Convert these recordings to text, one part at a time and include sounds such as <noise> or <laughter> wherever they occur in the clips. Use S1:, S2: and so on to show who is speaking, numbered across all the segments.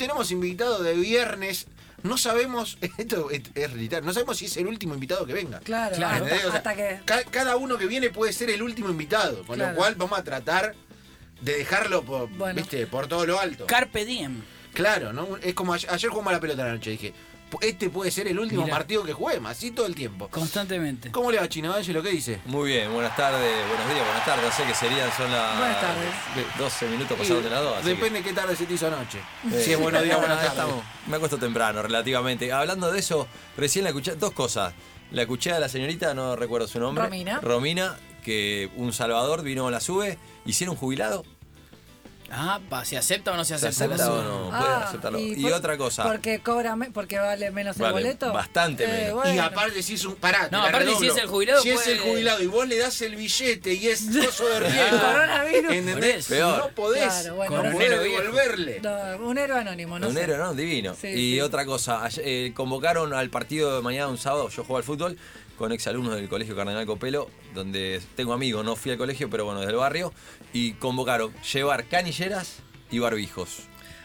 S1: Tenemos invitado de viernes. No sabemos, <laughs> esto es, es literal, no sabemos si es el último invitado que venga.
S2: Claro,
S3: Claro.
S2: hasta,
S1: ¿Entendés? O sea,
S2: hasta que.
S1: ca- cada uno que viene puede ser el último invitado, con
S2: Claro.
S1: lo cual vamos a tratar de dejarlo por,
S2: Bueno.
S1: ¿viste? por todo lo alto.
S3: Carpe diem.
S1: claro, ¿no? Es como ayer, ayer jugamos a la pelota a la noche, dije, "Pu- este puede ser el último
S3: Mirá.
S1: partido que juguemos, así todo el tiempo.
S3: Constantemente.
S1: ¿Cómo le va Chino Ángelo? ¿Qué dice?
S4: Muy bien, buenas tardes, buenos días, buenas tardes. No sé que serían, son las
S2: Buenas tardes.
S4: 12 minutos pasados de las 2. así que-
S1: Depende Eh, qué tarde se te hizo anoche.
S4: Eh,
S1: si es buenos
S4: <laughs>
S1: días,
S4: no,
S1: buenas
S4: no,
S1: tardes.
S4: estamos- Me acuesto temprano, relativamente. Hablando de eso, recién la escuché, dos cosas. La escuché a la señorita, no recuerdo su nombre.
S2: Romina.
S4: Romina, que un salvador vino a la sube, hicieron jubilado.
S3: Ah, pa, ¿se acepta o no se
S4: ¿Se
S3: acepta?
S4: acepta o no? Pueden
S2: Ah,
S4: aceptarlo. Y,
S2: por-
S4: otra cosa.
S2: Porque cobra me- porque vale menos el
S4: Vale,
S2: boleto. Eh,
S4: bastante menos.
S1: Y
S2: bueno.
S1: aparte si es un pará,
S3: No,
S1: te la
S3: aparte si
S1: redoblo.
S3: es el jubilado,
S1: Si es
S3: puede-
S1: el jubilado y vos le das el billete y es coso de
S2: <laughs> El
S1: riesgo.
S2: coronavirus.
S1: ¿Entendés?
S3: Por eso.
S1: No podés.
S2: Claro, bueno.
S1: No
S3: Coronero
S1: podés
S3: viejo.
S1: devolverle.
S2: No, un héroe anónimo, no
S4: Un
S2: sé.
S4: héroe, ¿no? Divino.
S2: Sí,
S4: y
S2: sí.
S4: otra cosa, ayer, eh, convocaron al partido de mañana, un sábado, yo juego al fútbol con exalumnos del Colegio Cardenal Copelo, donde tengo amigos, no fui al colegio, pero bueno, desde el barrio, y convocaron llevar canilleras y barbijos.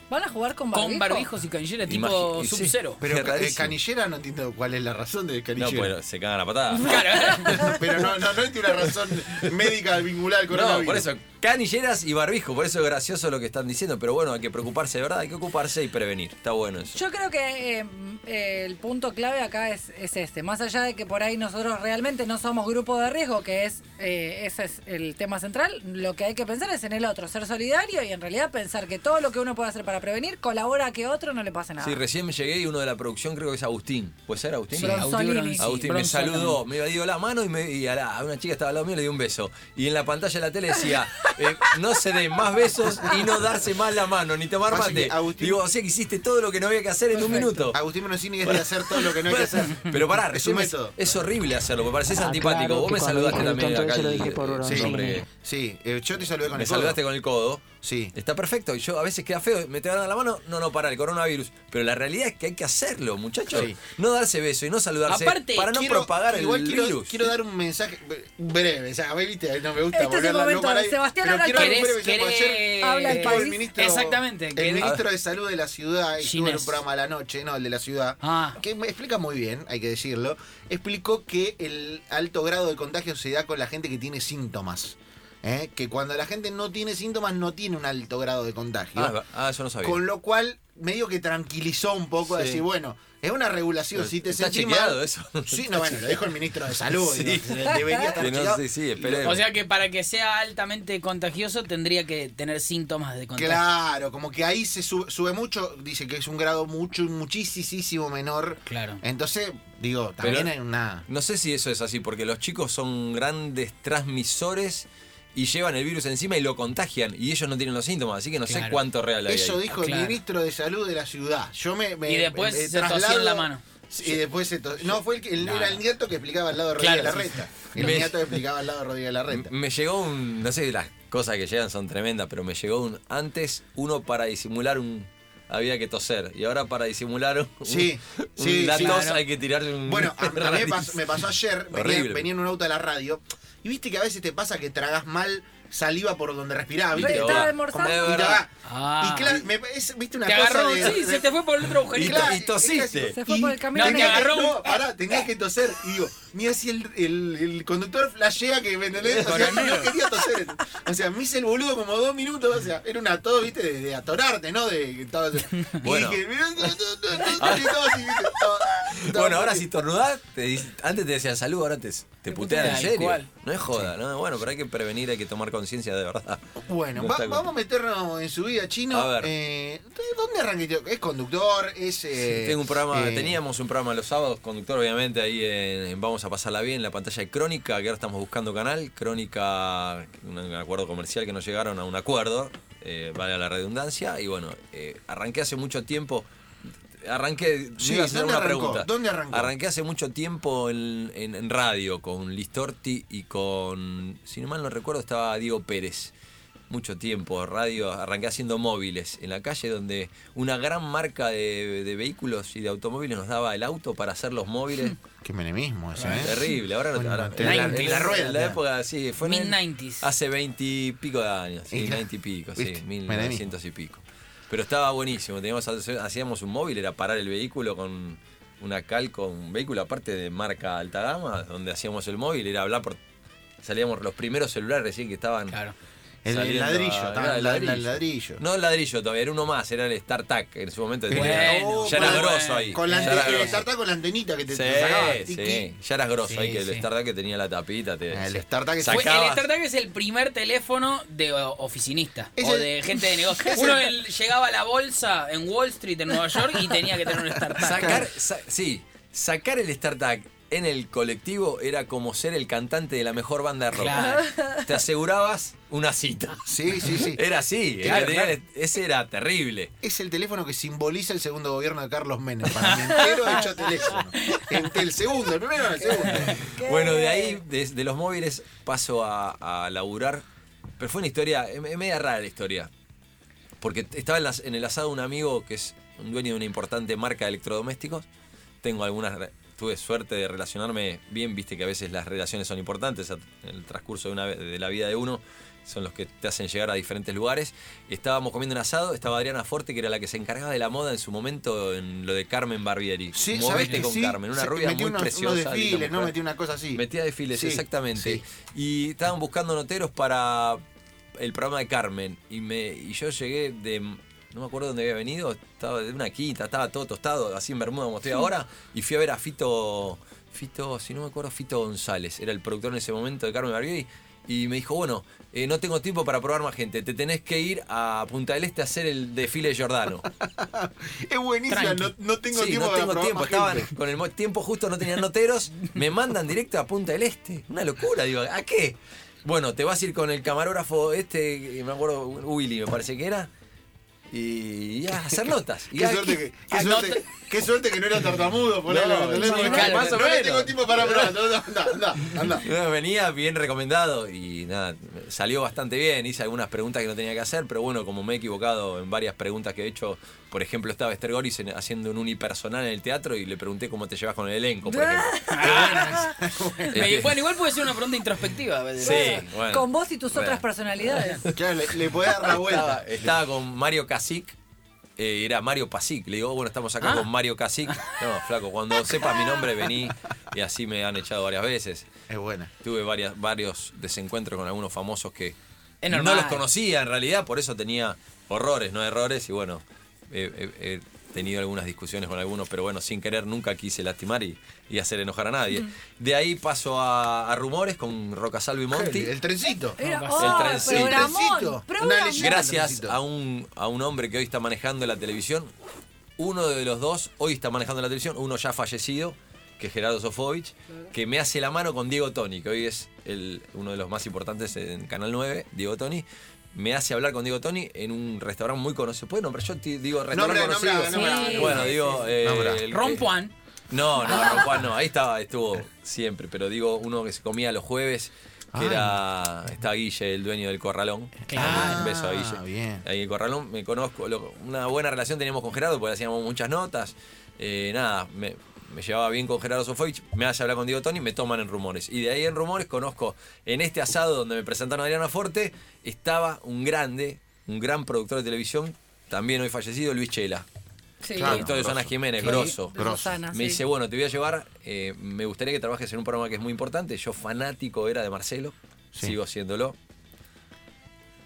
S2: ¿Van a jugar con barbijo?
S3: Con barbijos y canilleras tipo
S4: Imagi- y sí.
S3: sub-cero.
S4: Pero,
S1: Pero eh,
S4: rarísimo.
S1: canillera no entiendo cuál es la razón de
S4: No,
S1: canillera.
S4: bueno, se cagan
S2: <laughs>
S4: a patada.
S3: Claro.
S1: <laughs> Pero no, no, no tiene una razón médica vinculada al coronavirus.
S4: No, por eso, canilleras y barbijo, por eso es gracioso lo que están diciendo, pero bueno, hay que preocuparse, de verdad, hay que ocuparse y prevenir. Está bueno eso.
S2: Yo creo que eh, eh, el punto clave acá es, es este. Más allá de que por ahí nosotros realmente no somos grupo de riesgo, que es eh, ese es el tema central, lo que hay que pensar es en el otro, ser solidario y en realidad pensar que todo lo que uno puede hacer para prevenir colabora a que otro no le pase nada.
S4: Sí, recién me llegué y uno de la producción creo que es Agustín. ¿Puede ser Agustín?
S2: Sí, Bronzolini.
S3: Bronzolini.
S4: Agustín me
S3: Bronzolini.
S4: saludó, me dio la mano y, me- y a, la- a una chica que estaba al lado mío le dio un beso. Y en la pantalla de la
S5: <laughs>
S4: tele decía, eh, no se den más besos y no darse más la mano, ni tomar
S1: Pasa que
S4: mate.
S1: Agustín-
S4: Digo, o sea que hiciste todo lo que no había que hacer en un minuto.
S1: Agustín Monocini es de hacer todo lo que no hay que hacer.
S4: <laughs> Pero pará,
S1: es un
S4: recién me-
S1: método.
S4: es horrible hacerlo, porque pareces
S5: Ah,
S4: antipático.
S5: claro,
S4: Vos
S5: que
S4: me
S5: cuando
S4: saludaste
S5: dijo
S4: también
S5: Antonio,
S4: acá.
S5: yo lo
S4: el-
S5: dije por
S4: el
S5: Orange.
S4: hombre.
S1: Sí, eh, yo te saludé con
S4: Me
S1: el codo.
S4: saludaste con el codo.
S1: Sí.
S4: Está perfecto. Y yo a veces queda feo. Me te van a dar la mano. No, no, para el coronavirus. Pero la realidad es que hay que hacerlo, muchachos.
S1: Sí.
S4: No darse beso y no saludarse.
S3: Aparte,
S4: para no
S1: Quiero-
S4: propagar el
S1: igual quiero,
S4: virus.
S1: quiero dar un mensaje bre- breve, o sea, a ver, viste, no me gusta
S2: Este es el
S1: volver la
S2: momento
S1: loca a
S2: de
S1: nadie,
S2: Sebastián
S1: pero
S2: Araca.
S1: quiero dar un
S3: ¿Querés-
S1: breve mensaje, porque
S3: querés-
S1: ayer
S2: Habla el
S1: estuvo
S2: país?
S1: ministro,
S3: Exactamente,
S1: El
S3: ¿querés?
S1: ministro de salud de la ciudad estuvo en
S3: Ginés.
S1: un programa a la noche, no, el de la ciudad,
S3: Ah.
S1: que me explica muy bien, hay que decirlo, explicó que el alto grado de contagio se da con la gente que tiene síntomas. ¿eh? Que cuando la gente no tiene síntomas no tiene un alto grado de contagio.
S4: Ah, va- ah, eso no sabía.
S1: Con lo cual, medio que tranquilizó un poco a
S4: Sí.
S1: decir, bueno, es una regulación.
S4: Pero
S1: si te
S4: está
S1: sentís
S4: chequeado
S1: mal-
S4: eso.
S1: Sí, no, bueno, lo dijo el ministro de Salud.
S4: <laughs> Sí.
S1: digo, Debería estar
S4: Que no-
S1: chequeado.
S4: sí, sí, esperemos.
S3: O sea que para que sea altamente contagioso tendría que tener síntomas de contagio.
S1: Claro, como que ahí se sube, sube mucho, dice que es un grado mucho, muchísimo menor.
S3: Claro.
S1: Entonces, digo, también
S4: Pero-
S1: hay una...
S4: No sé si eso es así, porque los chicos son grandes transmisores y llevan el virus encima y lo contagian. Y ellos no tienen los síntomas, así que no sé
S3: Claro.
S4: cuánto real hay.
S1: Eso
S4: ahí.
S1: dijo
S3: Claro.
S1: el ministro de salud de la ciudad. Yo me, me-
S3: Y después
S1: me
S3: se tosió en
S1: traslado-
S3: la mano.
S1: Sí, Y después se tos- No, fue el, que- el-
S3: Claro.
S1: era el nieto que explicaba al lado de Rodríguez
S3: Claro, sí,
S1: Larreta. El
S4: Me-
S1: nieto que explicaba al lado de Rodríguez
S3: <laughs>
S1: Larreta.
S4: Me llegó un. No sé, las cosas que llegan son tremendas, pero me llegó un. Antes, uno para disimular un. Había que toser. Y ahora, para disimular un.
S1: Sí,
S4: un-
S1: sí,
S4: la
S1: sí.
S4: tos
S1: Claro.
S4: hay que tirarle un.
S1: Bueno, a, a mí me pasó, me pasó ayer, venía,
S4: Horrible.
S1: venía en un auto de la radio, y viste que a veces te pasa que tragas mal saliva por donde respirabas,
S2: Re-
S1: ¿viste?
S2: estaba
S1: Como-
S2: almorzando.
S1: y
S4: Es
S1: te
S4: verdad.
S1: va.
S3: Ah.
S1: y claro, me- es- viste una
S3: Te
S1: cosa
S3: agarró,
S1: de-
S3: sí,
S1: de-
S3: se te fue por el otro
S4: Y,
S3: agujerito.
S4: y tosiste.
S2: Se fue por el
S1: Y-
S2: camino
S1: tenía
S3: negro.
S1: que-
S3: agarró un-
S1: no,
S4: <laughs>
S1: pará, tenías que toser. Y digo, ni así el, el, el conductor flashea que, ¿me entendés? O sea, no quería toser. O sea, me hice el boludo como dos minutos. O sea, era una tos, viste, de, de atorarte, ¿no? De, que estaba-
S4: <laughs> Bueno. Ah.
S1: Y dije, mirá, no, no, no, no, no, y todo así, viste, todo- <laughs> todo
S4: Bueno, ahora
S1: así.
S4: si tornudás, te dic- antes te decían salud, ahora te, te putean en
S3: Tal
S4: serio.
S3: cual.
S4: No es joda, ¿no? Bueno, pero hay que prevenir, hay que tomar conciencia de verdad.
S1: Bueno,
S4: No
S1: va-
S4: está
S1: vamos a meternos en su vida chino.
S4: A ver.
S1: Eh, ¿Dónde arranqué? ¿Es conductor? ¿Es, eh,
S4: Tengo un programa,
S1: eh,
S4: teníamos un programa los sábados, conductor obviamente ahí en, en Vamos a pasarla bien, en la pantalla de Crónica, que ahora estamos buscando canal, Crónica, un, un acuerdo comercial que no llegaron a un acuerdo, eh, vale la redundancia, y bueno, eh, arranqué hace mucho tiempo, arranqué, yo
S1: Sí,
S4: iba a hacer
S1: ¿dónde
S4: una
S1: arrancó?
S4: pregunta.
S1: ¿Dónde arrancó?
S4: Arranqué hace mucho tiempo en, en- en radio con Listorti y con, si no mal no recuerdo, estaba Diego Pérez mucho tiempo, radio, arranqué haciendo móviles en la calle donde una gran marca de, de vehículos y de automóviles nos daba el auto para hacer
S1: <laughs>
S4: los móviles.
S1: Qué menemismo ese, ¿eh?
S4: Ah, Terrible, ahora no
S1: Bueno,
S4: ahora-
S1: te
S3: la-
S4: en
S1: te la rueda,
S4: en
S1: te
S4: la
S1: la-
S4: época, sí, fue en el-
S3: Mid-nineties.
S4: Hace 20 y pico de años, sí,
S1: Y la-
S4: 90 y pico, sí,
S1: ¿viste?
S4: 1900 y pico. Pero estaba buenísimo. Teníamos, hacíamos un móvil, era parar el vehículo con una calco, un vehículo aparte de marca alta gama, donde hacíamos el móvil, era hablar por. Salíamos los primeros celulares sí que estaban.
S3: Claro.
S1: El, el
S4: saliendo a-
S1: ladrillo,
S4: era
S1: estaba
S4: el
S1: el ladrillo. El ladrillo.
S4: No el ladrillo todavía, era uno más, era el StarTac en su momento.
S1: Bueno,
S4: Tenía- ya era
S1: bueno.
S4: grosso ahí.
S1: Con la
S4: ya era
S1: antenita,
S4: grosso.
S1: el tarta con la antenita que te, te sacaba.
S4: Sí, sí, ya eras grosso
S3: Sí,
S4: ahí que
S3: sí.
S4: el StarTac que tenía la tapita. Te,
S1: El
S4: se-
S1: StarTAc es-
S3: Fue- el
S4: sacabas-
S3: StarTAC es el primer teléfono de o- oficinista
S1: Es
S3: o
S1: el-
S3: de gente
S1: <laughs>
S3: de negocio.
S1: Es
S3: Uno
S1: el-
S3: el- llegaba a la bolsa en Wall Street, en Nueva York, y tenía
S1: <laughs>
S3: que tener un StarTAC.
S4: Sacar, sa- sí, sacar el StarTag en el colectivo era como ser el cantante de la mejor banda de rock.
S3: Claro.
S4: Te asegurabas una cita.
S1: Sí, sí, sí.
S4: Era así, el
S1: Claro,
S4: que tenía-
S1: claro.
S4: ese era terrible.
S1: Es el teléfono que simboliza el segundo gobierno de Carlos Menem. Para mí entero hecho teléfono. El, el segundo, el primero no, el segundo.
S2: ¿Qué?
S4: Bueno, de ahí, de, de los móviles, paso a, a laburar. Pero fue una historia, es es media rara la historia. Porque estaba en, las- en el asado un amigo que es un dueño de una importante marca de electrodomésticos. Tengo algunas, re- tuve suerte de relacionarme bien, viste que a veces las relaciones son importantes a- en el transcurso de, una, ve- de la vida de uno. Son los que te hacen llegar a diferentes lugares. Estábamos comiendo un asado, estaba Adriana Forte, que era la que se encargaba de la moda en su momento en lo de Carmen Barbieri.
S1: Sí, ¿sabes
S4: Movete
S1: que
S4: con
S1: sí?
S4: Carmen, una
S1: Se-
S4: rubia
S1: metí
S4: muy
S1: unos,
S4: preciosa.
S1: Unos
S4: linda
S1: desfiles, ¿no?
S4: mujer.
S1: Metí una cosa así.
S4: Metía desfiles,
S1: Sí,
S4: exactamente.
S1: sí.
S4: Y estaban buscando noteros para el programa de Carmen. Y, me, y yo llegué de. No me acuerdo dónde había venido, estaba de una quinta, estaba todo tostado, así en Bermuda como estoy ahora. Y fui a ver a Fito. Fito, si no me acuerdo, Fito González, era el productor en ese momento de Carmen Barbieri. Y me dijo, bueno, eh, no tengo tiempo para probar más gente, te tenés que ir a Punta del Este a hacer el desfile
S1: <laughs>
S4: de Giordano.
S1: Es buenísima, no,
S3: Tranqui.
S1: no tengo
S4: Sí,
S1: tiempo
S4: no
S1: para
S4: tengo
S1: probar
S4: tiempo.
S1: más
S4: Estaban
S1: gente.
S4: con el mo- tiempo justo, no tenían noteros. Me mandan directo a Punta del Este. Una locura, digo, ¿a qué? Bueno, te vas a ir con el camarógrafo este, que me acuerdo, Willy, me parece que era. Y a hacer notas. Y
S1: <laughs> Qué
S4: a-
S1: suerte, que, qué,
S3: ah, no
S1: suerte, qué suerte que no era tartamudo, por ahí
S4: No,
S1: lo entendés,
S4: sí,
S1: porque
S3: claro,
S1: más o
S4: no
S1: menos
S4: era.
S1: tengo tiempo para probar. No, no, anda, anda, anda.
S4: No, venía bien recomendado y nada, salió bastante bien. Hice algunas preguntas que no tenía que hacer, pero bueno, como me he equivocado en varias preguntas que he hecho, por ejemplo, estaba Esther Goris en- haciendo un unipersonal en el teatro y le pregunté cómo te llevas con el elenco,
S3: <laughs>
S4: por ejemplo.
S3: Ah,
S4: <laughs> Eh,
S3: bueno, igual puede ser una pregunta introspectiva. pues, a veces.
S4: Sí, bueno.
S2: Con vos y tus otras
S4: Bueno.
S2: personalidades.
S1: Claro, le, le podés dar la
S4: Estaba,
S1: vuelta.
S4: estaba con Mario Casic. eh, era Mario Pasic. Le digo, "Oh, bueno, estamos acá
S3: Ah.
S4: con Mario Casic.
S3: <laughs>
S4: No, flaco, cuando sepas mi nombre, vení. Y así me han echado varias veces.
S1: Es buena.
S4: Tuve varias, varios desencuentros con algunos famosos que
S3: Es
S4: no
S3: normal.
S4: los conocía en realidad, por eso tenía horrores, no errores. Y bueno, he, he- he tenido algunas discusiones con algunos, pero bueno, sin querer nunca quise lastimar y, y hacer enojar a nadie. De ahí paso a, a rumores con Rocasalvo y Monti.
S1: El trencito.
S2: Era,
S3: No,
S2: oh,
S4: el trencito.
S2: programón,
S1: Trencito. Una
S2: programón.
S1: leyenda.
S4: Gracias
S1: Trencito.
S4: a un, a un hombre que hoy está manejando la televisión, uno de los dos hoy está manejando la televisión, uno ya fallecido, que es Gerardo Sofovich, que me hace la mano con Diego Toni, que hoy es el, uno de los más importantes en Canal 9, Diego Toni. Me hace hablar con Diego Toni en un restaurante muy conocido. ¿Puedo nombrar? Yo te digo restaurante
S1: Nombra,
S4: conocido.
S1: nombra,
S2: nombra, Sí.
S4: Bueno,
S2: nombra.
S4: digo... eh,
S1: Nombra.
S4: el-
S3: Ron Juan.
S4: no, no, no, Juan no. Ahí estaba, estuvo siempre. Pero digo, uno que se comía los jueves, que era. Está Guille, el dueño del corralón.
S3: Claro.
S4: Un beso a Guille.
S1: Ah, bien.
S4: Ahí en el corralón me conozco. lo- una buena relación teníamos con Gerardo, porque hacíamos muchas notas. Eh, nada, me, me llevaba bien con Gerardo Sofovich, me hace hablar con Diego Tony, me toman en rumores. Y de ahí en rumores conozco, en este asado donde me presentaron a Adriana Forte, estaba un grande, un gran productor de televisión, también hoy fallecido, Luis Chela.
S2: Sí.
S1: Claro.
S4: Productor de
S1: Ah, grosso.
S4: Zona Jiménez,
S2: Sí,
S4: grosso.
S2: de
S3: Ah,
S2: Susana,
S4: Me
S2: sí.
S4: dice, bueno, te voy a llevar, eh, me gustaría que trabajes en un programa que es muy importante. Yo fanático era de Marcelo,
S1: Sí.
S4: sigo siéndolo.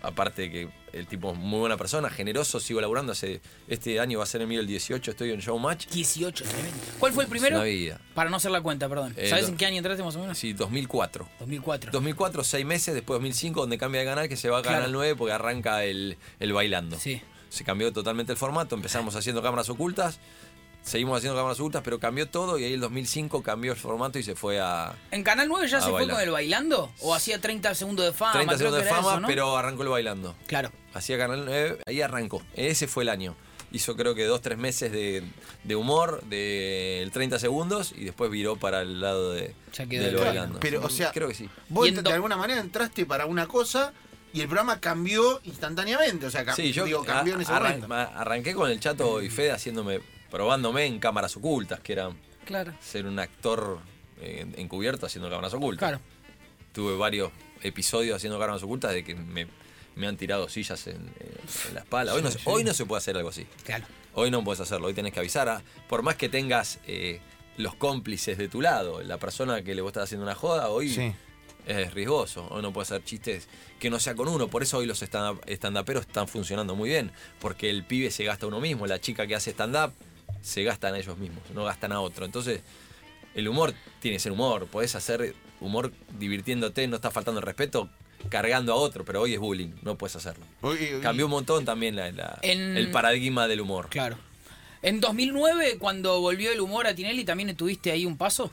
S4: Aparte de que el tipo es muy buena persona, generoso, sigo laburando. Hace, este año va a ser el mío el 18, estoy en Showmatch.
S3: 18, tremendo. ¿Cuál fue el primero? Ah.
S4: Una vida.
S3: Para no hacer la cuenta, perdón.
S4: Eh,
S3: ¿Sabes
S4: do-
S3: en qué año entraste más o menos?
S4: Sí, 2004.
S3: 2004.
S4: 2004, seis meses, después 2005, donde cambia de canal, que se va a
S3: Claro.
S4: Canal 9 porque arranca el, el bailando.
S3: Sí. Ah.
S4: Se cambió totalmente el formato, empezamos haciendo cámaras ocultas, seguimos haciendo cámaras ocultas, pero cambió todo y ahí el 2005 cambió el formato y se fue a
S3: ¿En Canal 9 ya
S4: A
S3: se fue
S4: bailar.
S3: con el bailando? ¿O hacía 30 segundos de fama? Creo
S4: 30 Ah, segundos
S3: Ah, que
S4: de
S3: era
S4: fama,
S3: eso, ¿no?
S4: pero arrancó el bailando.
S3: Claro.
S4: Hacía Canal 9, ahí arrancó. Ese fue el año. Hizo creo que dos, tres meses de, de humor, de el 30 segundos, y después viró para el lado de,
S3: Ya quedó
S4: de lo
S3: el
S4: bailando.
S1: Pero, o sea,
S4: creo que sí.
S1: vos
S3: Y en
S1: de
S3: do-
S1: alguna manera entraste para una cosa y el programa cambió instantáneamente. O sea, cam-
S4: Sí, yo
S1: digo, cambió en ese
S4: arran-
S1: momento.
S4: ma- arranqué con el Chato y Fede haciéndome, probándome en cámaras ocultas, que era
S2: Claro.
S4: ser un actor eh, encubierto haciendo cámaras ocultas.
S3: Claro.
S4: Tuve varios episodios haciendo cámaras ocultas de que me me han tirado sillas en, eh, en la espalda. Hoy no, se- hoy no se puede hacer algo así.
S3: Claro.
S4: Hoy no puedes hacerlo, hoy tenés que avisar. a- por más que tengas eh, los cómplices de tu lado, la persona que le vos estás haciendo una joda, hoy
S5: Sí.
S4: es riesgoso. Hoy no puedes hacer chistes que no sea con uno. Por eso hoy los stand- stand-uperos están funcionando muy bien. Porque el pibe se gasta uno mismo, la chica que hace stand-up se gastan a ellos mismos, no gastan a otro. Entonces, el humor tiene que ser humor. Podés hacer humor divirtiéndote, no estás faltando el respeto, cargando a otro, pero hoy es bullying, no puedes hacerlo.
S5: Hoy-
S1: eh,
S5: hoy-
S4: Cambió un montón también la- la-
S3: En-
S4: el paradigma del humor.
S3: Claro. En 2009, cuando volvió el humor a Tinelli, también tuviste ahí un paso.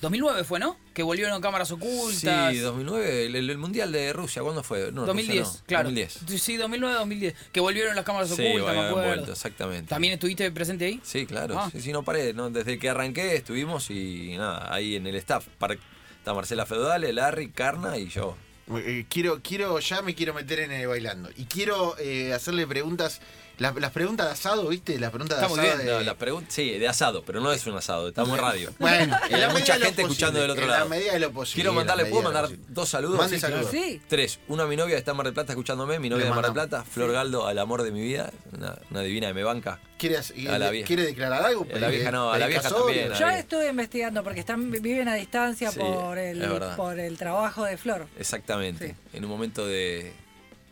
S3: 2009 fue, ¿no? Que volvieron cámaras ocultas.
S4: Sí, 2009, el, el Mundial de Rusia, ¿cuándo fue? No,
S3: 2010,
S4: Rusia no,
S3: claro.
S4: 2010.
S3: Sí, 2009-2010. Que volvieron las cámaras
S4: Sí,
S3: ocultas, me
S4: habían
S3: acuerdo.
S4: vuelto, exactamente.
S3: ¿También estuviste presente ahí?
S4: Sí, claro,
S3: Ah.
S4: sí, sí, no paré, no, desde que arranqué estuvimos y nada, ahí en el staff. Par- está Marcela Feudale, Larry, Carna y yo.
S1: Eh, quiero, quiero, ya me quiero meter en el bailando. Y quiero eh, hacerle preguntas. la- las preguntas de asado, ¿viste? Las preguntas de
S3: Está muy
S1: asado.
S3: bien,
S1: de-
S4: No, la pregunta, sí, de asado, pero no es un asado, estamos en radio.
S1: Bueno,
S4: Hay
S1: en la medida
S4: mucha
S1: de lo
S4: gente escuchando
S1: posible,
S4: del otro
S1: en
S4: lado.
S1: la medida de lo posible.
S4: Quiero
S1: en la
S4: mandarle,
S1: medida
S4: ¿puedo
S1: de lo
S4: mandar
S1: posible.
S4: dos saludos?
S1: Mande
S4: Sí,
S1: saludos.
S2: Sí.
S4: Tres, una a mi novia que está en Mar del Plata escuchándome, mi novia
S1: Le
S4: de Mar del
S1: mandamos.
S4: Plata, Flor Galdo, al amor de mi vida, una, una divina que me banca.
S1: ¿Quiere, hacer-
S4: A la vieja.
S1: ¿Quiere declarar algo?
S4: A la vieja no, a la vieja
S1: Casó,
S4: también,
S1: digo.
S2: Yo
S4: bien.
S2: estuve investigando porque están viven a distancia
S4: Sí,
S2: por,
S4: es
S2: el,
S4: verdad.
S2: por el trabajo de Flor.
S4: Exactamente. En un momento de,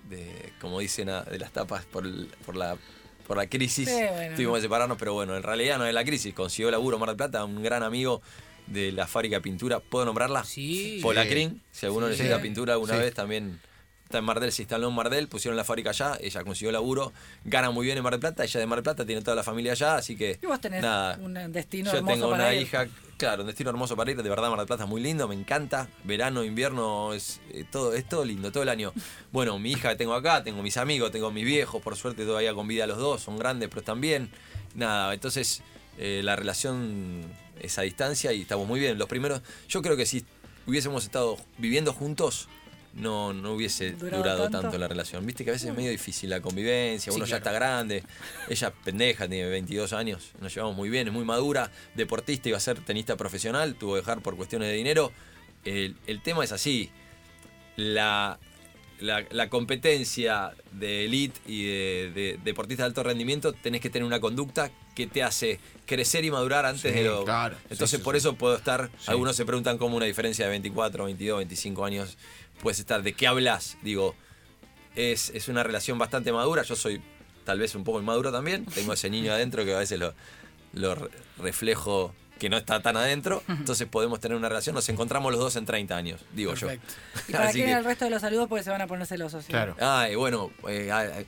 S4: de, como dicen, ah, de las tapas por, el- por la por la crisis,
S2: Sí, bueno.
S4: tuvimos que separarnos, pero bueno, en realidad no es la crisis, consiguió laburo Mar del Plata, un gran amigo de la fábrica de pintura, ¿puedo nombrarla?
S3: Sí.
S4: Polacrín, si alguno
S1: Sí.
S4: necesita
S1: Sí.
S4: pintura alguna
S1: Sí.
S4: vez también. Está en Mardel, si está en Mardel, pusieron la fábrica allá, ella consiguió laburo, gana muy bien en Mar del Plata, ella de Mar del Plata tiene toda la familia allá, así que...
S2: Y vos tenés
S4: nada,
S2: un eh, destino
S4: yo
S2: hermoso
S4: tengo
S2: para
S4: una
S2: ir.
S4: hija, claro, un destino hermoso para ir. De verdad, Mar del Plata es muy lindo, me encanta. Verano, invierno, es eh, todo, es todo lindo, todo el año. Bueno, mi hija que tengo acá, tengo mis amigos, tengo mis viejos, por suerte todavía con vida los dos, son grandes, pero están bien. Nada, entonces eh, la relación es a distancia y estamos muy bien. Los primeros, yo creo que si hubiésemos estado viviendo juntos, no, no hubiese
S2: Durado
S4: durado,
S2: tanto.
S4: tanto la relación. Viste que a veces es medio difícil la convivencia, uno ya está grande, ella es pendeja, tiene 22 años, nos llevamos muy bien, es muy madura, deportista, iba a ser tenista profesional, tuvo que dejar por cuestiones de dinero. El, el tema es así, la, la- la competencia de elite y de, de deportista de alto rendimiento, tenés que tener una conducta que te hace crecer y madurar antes
S5: Sí,
S4: de lo...
S5: claro. Sí,
S4: Entonces
S5: sí,
S4: por
S5: sí.
S4: eso puedo estar, algunos se preguntan cómo una diferencia de 24, 22, 25 años puedes estar, ¿de qué hablas? Digo, es, es una relación bastante madura. Yo soy tal vez un poco inmaduro también. Tengo ese niño adentro que a veces lo, lo re- reflejo que no está tan adentro. Entonces podemos tener una relación. Nos encontramos los dos en 30 años, digo <laughs>
S3: Perfecto.
S2: Y
S4: yo.
S2: para
S4: Así
S2: que el
S4: que.
S2: resto de los saludos porque se van a poner celosos. ¿sí?
S5: Claro.
S4: Ay, bueno. eh, ay,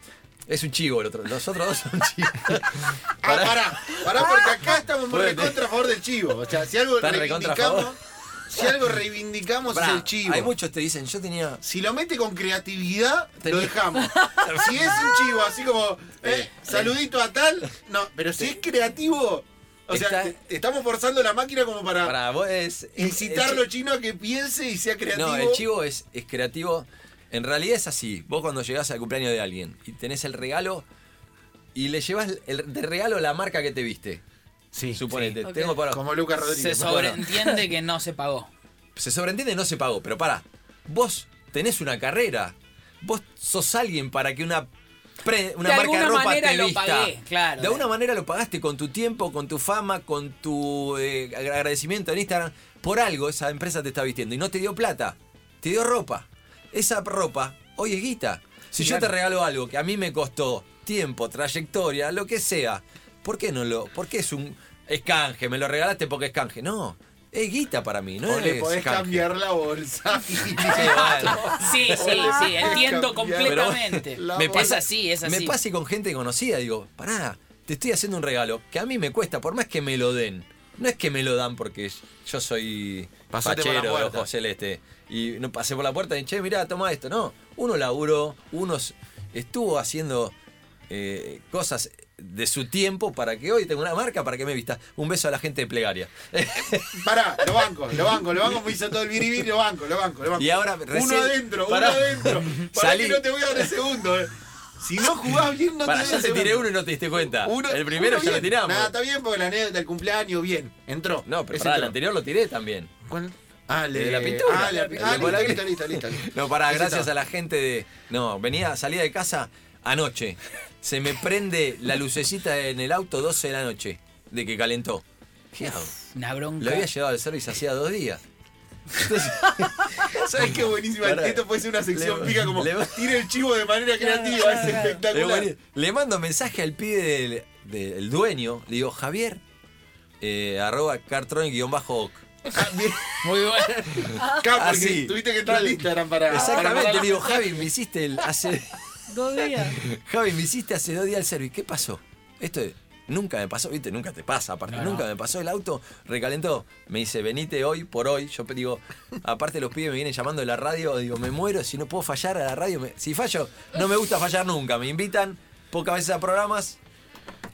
S4: es un chivo el otro. Los otros dos son chivos.
S1: Ah, pará, pará, porque acá estamos muy
S4: Puede-
S1: recontra a favor del chivo. O sea, si algo
S4: Está recontra a
S1: reivindicamos,
S4: favor.
S1: si algo reivindicamos es
S4: Pará,
S1: el chivo.
S4: Hay muchos que te dicen, yo tenía.
S1: Si lo mete con creatividad, lo
S4: Tenía-
S1: dejamos.
S4: <laughs>
S1: si es un chivo, así como, eh, saludito a tal, no, pero si es creativo, o sea,
S4: Está-
S1: te- te estamos forzando la máquina como para,
S4: Para vos es.
S1: incitar
S4: es-
S1: lo chino a que piense y sea creativo.
S4: No, el chivo es, es creativo. En realidad es así. Vos cuando llegás al cumpleaños de alguien y tenés el regalo y le llevas el, de regalo la marca que te viste.
S1: Sí,
S4: Suponete,
S2: sí.
S4: tengo
S2: Ok.
S4: para.
S1: como Lucas
S3: Se
S1: Rodríguez.
S3: sobreentiende que no se pagó.
S4: Se sobreentiende no se pagó, pero para. Vos tenés una carrera. Vos sos alguien para que una, pre- una
S3: De
S4: marca de
S3: alguna
S4: ropa
S3: manera
S4: te
S3: lo
S4: vista.
S3: pagué, claro.
S4: De alguna manera lo pagaste con tu tiempo, con tu fama, con tu eh, agradecimiento en Instagram. Por algo esa empresa te está vistiendo y no te dio plata, te dio ropa. Esa ropa hoy es guita. Si yo te regalo algo que a mí me costó tiempo, trayectoria, lo que sea, ¿por qué no lo? ¿Por qué es un es canje? Me lo regalaste porque es canje. No, es guita para mí, no
S1: o
S4: es
S1: le podés
S4: canje.
S1: cambiar la
S4: <laughs>
S1: bolsa. <laughs>
S4: Sí, bueno.
S3: <laughs> Sí, sí, sí, entiendo <laughs>
S1: Cambiar.
S3: completamente.
S1: Pero-
S4: Me
S3: Es
S4: pasa-
S3: así, es así.
S4: Me pasa y con gente conocida, digo, pará, te estoy haciendo un regalo que a mí me cuesta, por más que me lo den. No es que me lo dan porque yo soy
S1: Pasate por la
S4: fachero de
S1: puerta.
S4: ojos celeste y no pasé por la puerta y che, mirá, toma esto. No, uno laburó, uno s- estuvo haciendo eh, cosas de su tiempo para que hoy tenga una marca para que me vista. Un beso a la gente de plegaria. <laughs>
S1: Pará, lo banco, lo banco, lo banco, me hizo todo el biribir, lo banco, lo banco, lo banco.
S4: Y ahora
S1: Uno
S4: recién-
S1: adentro,
S4: pará.
S1: uno
S4: <laughs>
S1: adentro. Para que
S4: Salí.
S1: no te voy a dar el segundo. eh. Si no jugás bien, no
S4: para,
S1: te
S4: ya
S1: doy
S4: te
S1: el
S4: tiré
S1: segundo.
S4: uno y no te diste cuenta.
S1: Uno-
S4: El primero
S1: uno
S4: ya lo
S1: bien.
S4: tiramos.
S1: Nada, está bien porque la anécdota del cumpleaños, bien, entró.
S4: no, pero
S1: Ese
S4: pará, el
S1: entró.
S4: anterior lo tiré también.
S1: ¿Cuál? Ah, Ale.
S4: de la pintura.
S1: Ale,
S4: De
S1: ah,
S4: Mola-
S1: listo, listo, listo, listo, listo.
S4: No, para,
S1: Ese
S4: gracias
S1: estaba.
S4: a la gente de. No, venía, salía de casa anoche. Se me prende la lucecita en el auto 12 de la noche, de que calentó. ¿Qué hago?
S3: Una bronca.
S4: Lo había llevado al service hacía dos días. Entonces,
S1: ¿Sabes qué buenísima?
S4: Pará.
S1: Esto puede ser una sección
S4: Le-
S1: pica como
S4: le-
S1: tira el chivo de manera
S2: Claro,
S1: creativa,
S2: claro,
S1: es
S2: claro.
S4: le,
S1: espectacular.
S4: le mando mensaje al pibe del, del dueño. Le digo, Javier, eh, arroba cartronic-oc.
S1: Ah, bien.
S3: Muy bueno.
S1: Acá, porque
S4: Así.
S1: tuviste que entrar en Instagram para.
S4: Exactamente,
S1: para-
S4: le digo, Javi, me hiciste el, hace.
S2: Dos
S4: <laughs>
S2: días.
S4: Javi, me hiciste hace dos días el service. ¿Qué pasó? Esto es- nunca me pasó, viste, nunca te pasa, aparte,
S3: No,
S4: nunca
S3: no.
S4: me pasó. El auto recalentó. Me dice, venite hoy por hoy. Yo digo, aparte los pibes me vienen llamando de la radio, digo, me muero, si no puedo fallar a la radio. me- si fallo, no me gusta fallar nunca. Me invitan pocas veces a programas.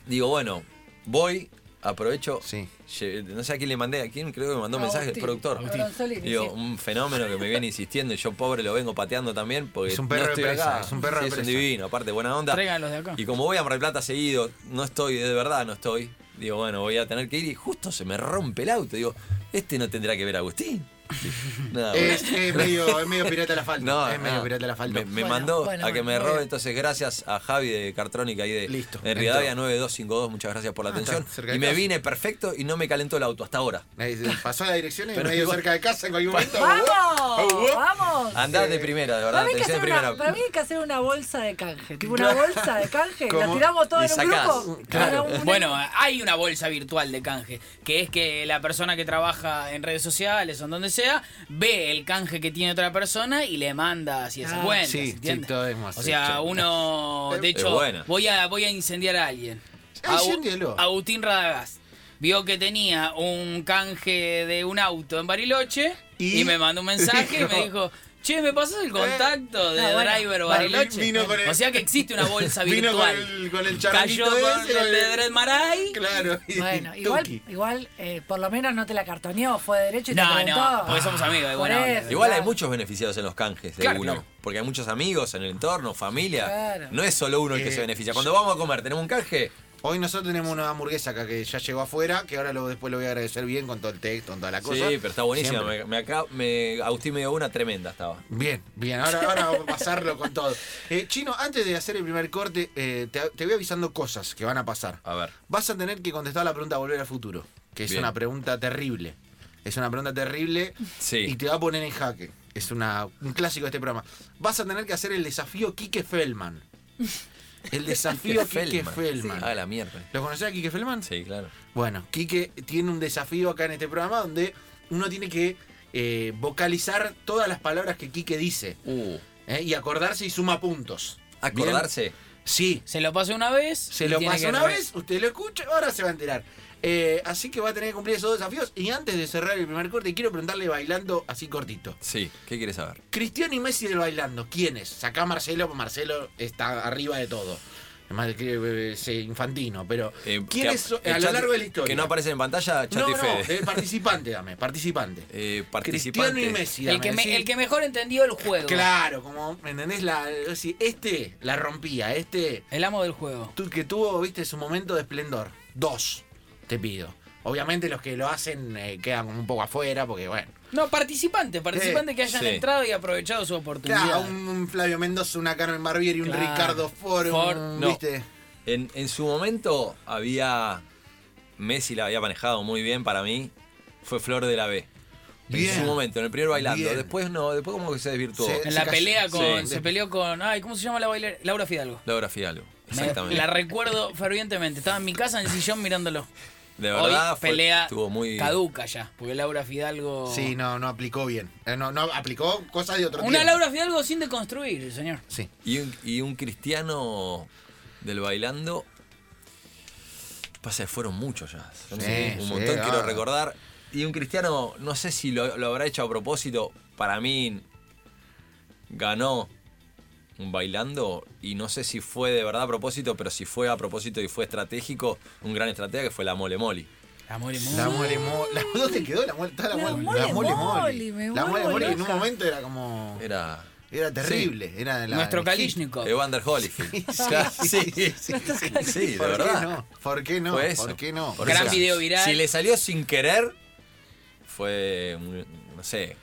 S4: Digo, bueno, voy, aprovecho.
S1: Sí.
S4: Lle- No sé a quién le mandé, a quién creo que me mandó un
S2: Agustín.
S4: mensaje, el productor.
S2: Agustín. Bronzolini,
S4: Digo,
S2: sí.
S4: un fenómeno que me viene insistiendo y yo pobre lo vengo pateando también porque
S1: Es un perro
S4: no estoy
S1: de presa,
S4: acá.
S1: es un perro
S4: Sí,
S1: de
S4: es un
S1: presa.
S4: divino, aparte buena onda.
S3: Traigan los de acá.
S4: Y como voy a Mar del Plata seguido, no estoy, de verdad no estoy. Digo, bueno, voy a tener que ir y justo se me rompe el auto. Digo, este no tendrá que ver a Agustín.
S1: <laughs>
S4: Nada,
S1: Es,
S4: bueno.
S1: es medio, es medio pirata la falta.
S4: No,
S1: es medio
S4: no.
S1: pirata la falta.
S4: Me, me
S2: Bueno,
S4: mandó
S2: bueno,
S4: a que
S2: bueno,
S4: me
S2: muy
S4: robe,
S2: bien.
S4: entonces gracias a Javi de Cartrónica ahí de,
S1: Listo, Ah,
S4: de Rivadavia 9252, muchas gracias por la atención.
S1: está cerca de
S4: Y me
S1: casa.
S4: vine perfecto y no me calentó el auto hasta ahora.
S1: Ahí se- Pasó a la dirección y
S4: Pero
S1: medio
S4: igual-
S1: cerca de casa en cualquier momento.
S2: ¡Vamos! ¡Vamos!
S4: Andá de primera, de
S2: Para
S4: verdad,
S2: mí, hay que
S4: atención
S2: hacer
S4: de
S2: una,
S4: primera.
S2: para mí hay que hacer una bolsa de canje. Tipo una
S1: Claro.
S2: bolsa de canje. La
S1: Como-
S2: tiramos todo
S4: y
S2: en un
S4: sacás.
S2: grupo.
S1: Claro.
S2: Para un-
S3: Eh, Bueno, hay una bolsa virtual de canje, que es que la persona que trabaja en redes sociales o en donde sea, ve el canje que tiene otra persona y le manda así esa
S2: Ah.
S3: cuenta.
S1: Sí,
S3: ¿se
S1: sí,
S3: entiende?
S1: todo es más
S3: O sea,
S1: hecho. <laughs>
S3: uno, de
S4: Es
S3: hecho,
S4: buena.
S3: voy a, voy a incendiar a alguien.
S1: Ah,
S3: Agu-
S1: incendialo.
S3: Agustín Radagás. Vio que tenía un canje de un auto en Bariloche y,
S1: Y- "Eh,
S3: me mandó un
S1: <laughs>
S3: mensaje y me dijo... Che, ¿me pasas el contacto de
S2: No, bueno.
S3: Driver
S1: Bueno,
S3: Bariloche?
S1: vino con el-
S3: o sea que existe una
S1: <laughs>
S3: bolsa
S1: Vino con
S3: virtual.
S1: el, con el
S3: Cayó
S1: charquito
S3: con
S1: ese.
S3: el de Dred Maray.
S1: Claro. <laughs> y-
S2: Bueno,
S1: y
S2: igual,
S1: tuki.
S2: igual eh, por lo menos no te la cartoneó, fue derecho y te
S3: No,
S2: preguntó.
S3: no, porque somos amigos, de
S2: Por
S3: buena onda.
S2: eso,
S4: Igual hay
S2: claro.
S4: muchos beneficiados en los canjes de
S3: Claro,
S4: uno.
S3: claro.
S4: Porque hay muchos amigos en el entorno, familia.
S2: Claro.
S4: No es solo uno el que
S1: Eh,
S4: se beneficia. Cuando vamos a comer, tenemos un canje.
S1: Hoy nosotros tenemos una hamburguesa acá que ya llegó afuera, que ahora lo, después lo voy a agradecer bien con todo el texto, con toda la cosa.
S4: Sí, pero está buenísima.
S1: Siempre.
S4: Me, me acá- me- Agustín me dio una tremenda, estaba.
S1: Bien, bien, ahora, ahora vamos a pasarlo con todo. Eh, Chino, antes de hacer el primer corte, eh, te, te voy avisando cosas que van a pasar.
S4: A ver.
S1: Vas a tener que contestar la pregunta Volver al Futuro, que es
S4: Bien.
S1: una pregunta terrible. Es una pregunta terrible
S4: Sí.
S1: y te va a poner en jaque. Es una, un clásico de este programa. Vas a tener que hacer el desafío Quique Feldman. El
S4: <laughs>
S1: desafío Quique Feldman.
S4: Ah, la mierda.
S1: ¿Lo conocés a Quique Feldman?
S4: Sí, claro.
S1: Bueno, Quique tiene un desafío acá en este programa donde uno tiene que eh, vocalizar todas las palabras que Quique dice.
S4: Uh.
S1: ¿eh? Y acordarse y suma puntos. ¿Bien?
S4: Acordarse.
S1: Sí.
S3: Se lo pasé una vez. y
S1: Se lo
S3: tiene
S1: pasa
S3: que
S1: una
S3: re-
S1: vez, usted lo escucha, ahora se va a enterar. Eh, así que va a tener que cumplir esos dos desafíos. Y antes de cerrar el primer corte, quiero preguntarle bailando así cortito.
S4: Sí. ¿Qué quieres saber?
S1: Cristiano y Messi del bailando, ¿quiénes? Sacá a Marcelo, porque Marcelo está arriba de todo. Además, es infantino, pero.
S4: Eh,
S1: ¿Quiénes
S4: que-
S1: son-
S4: el
S1: a lo
S4: chat-
S1: largo de la historia?
S4: Que no aparecen en pantalla, chat
S1: No,
S4: y
S1: no,
S4: Fede.
S1: eh, participante, dame, participante.
S4: <laughs> Eh, participante.
S1: Cristiano y Messi, dame.
S3: El que, me-
S1: sí.
S3: el que mejor entendió el juego.
S1: Claro, como, ¿me entendés? La, sí, este la rompía, este
S3: El amo del juego.
S1: tú- que tuvo, viste, su momento de esplendor. Dos, te pido. Obviamente los que lo hacen eh, quedan como un poco afuera, porque bueno.
S3: No, participante, participante que hayan
S4: sí.
S3: entrado y aprovechado su oportunidad.
S1: Eh, Claro, un, un Flavio Mendoza, una Carmen Barbieri, un
S3: Claro.
S1: Ricardo Foro,
S3: Ford,
S1: un-
S4: no.
S1: viste.
S4: En, en su momento había. Messi la había manejado muy bien para mí. Fue Flor de la B.
S1: Bien.
S4: En su momento, en el primer bailando.
S1: Bien.
S4: Después no, después como que se desvirtuó.
S1: Se-
S3: En
S1: se
S3: la
S1: cayó.
S3: pelea con.
S4: Sí.
S3: Se peleó con. Ay, ¿cómo se llama la bailarina? Laura Fidalgo.
S4: Laura Fidalgo.
S3: Me-
S4: Exactamente.
S3: la recuerdo fervientemente. Estaba en mi casa en el sillón mirándolo.
S4: De verdad,
S3: Hoy
S4: fue-
S3: pelea
S4: estuvo muy.
S3: caduca ya. Porque Laura Fidalgo.
S1: Sí, no, no aplicó bien. Eh, no, no aplicó cosas de otro
S3: Oh. Una
S1: tiempo.
S3: Laura Fidalgo sin deconstruir, señor.
S1: Sí.
S4: Y un, y un cristiano del bailando. Pasa que fueron muchos ya. Son
S1: Sí,
S4: un- un
S1: sí, ah.
S4: montón, quiero
S1: claro.
S4: recordar. Y un cristiano, no sé si lo, lo habrá hecho a propósito. Para mí, ganó un bailando. Y no sé si fue de verdad a propósito, pero si fue a propósito y fue estratégico, un gran estratega que fue la Mole Moli.
S3: La mole mole.
S1: La mole mole. La, ¿Dónde quedó la mole? Toda la,
S2: La
S1: mole,
S2: mole
S1: la mole
S2: mole,
S1: mole.
S2: me
S1: La mole
S2: vuelvo
S1: mole en un
S2: loca.
S1: momento era como.
S4: Era.
S1: Era terrible. Era de la,
S3: Nuestro
S1: el hit.
S3: Kalishnikov.
S4: Evander Holyfield. <laughs> Sí, sí, sí. Sí, de
S1: ¿Por qué
S4: verdad.
S1: no? ¿Por qué no?
S4: Fue eso.
S1: ¿Por qué no?
S4: Por
S3: Gran
S4: eso.
S3: video viral.
S4: Si le salió sin querer, fue, un- no sé,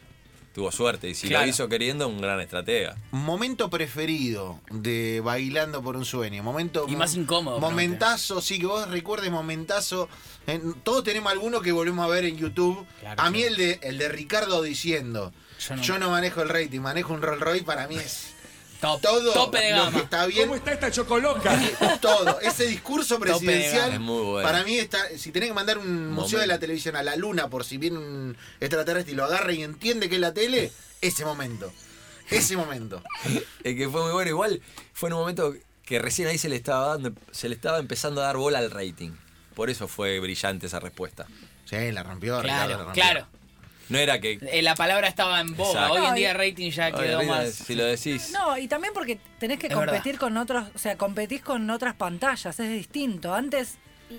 S4: tuvo suerte. Y si
S3: Claro.
S4: lo hizo queriendo, un gran estratega.
S1: Momento preferido de Bailando por un Sueño. Momento,
S3: Y más incómodo,
S1: Momentazo, sí, que vos recuerdes momentazo. En- todos tenemos alguno que volvemos a ver en YouTube.
S3: Claro,
S1: a mí
S3: sí.
S1: el, de, el de Ricardo diciendo,
S3: Yo
S1: yo
S3: no-
S1: no, manejo el rating, manejo un Rolls Royce, para mí es
S3: Top,
S1: todo
S3: tope de
S1: lo que
S3: gama.
S1: está bien.
S5: ¿Cómo está esta
S1: <laughs>
S5: chocoloca?
S1: Todo, ese discurso
S3: de gama.
S1: presidencial
S4: Es muy bueno.
S1: para mí está, si tenés que mandar un museo
S4: Momento.
S1: de la televisión a la luna por si viene un extraterrestre y lo agarra y entiende que es la tele, ese momento, ese momento.
S4: El que fue muy bueno, igual fue en un momento que recién ahí se le estaba dando, se le estaba empezando a dar bola al rating. Por eso fue brillante esa respuesta.
S1: Sí, la rompió. Ricardo, la
S3: Claro,
S1: rompió.
S3: claro.
S4: No era que
S3: Eh, La palabra estaba en boga.
S4: Exacto.
S3: Hoy en
S2: No,
S3: día
S2: y-
S3: rating ya
S4: Ay,
S3: quedó
S4: Rita,
S3: más.
S4: Si lo decís.
S2: No, y también porque tenés que
S3: Es
S2: competir con otros, o sea, competís con otras pantallas, es distinto. Antes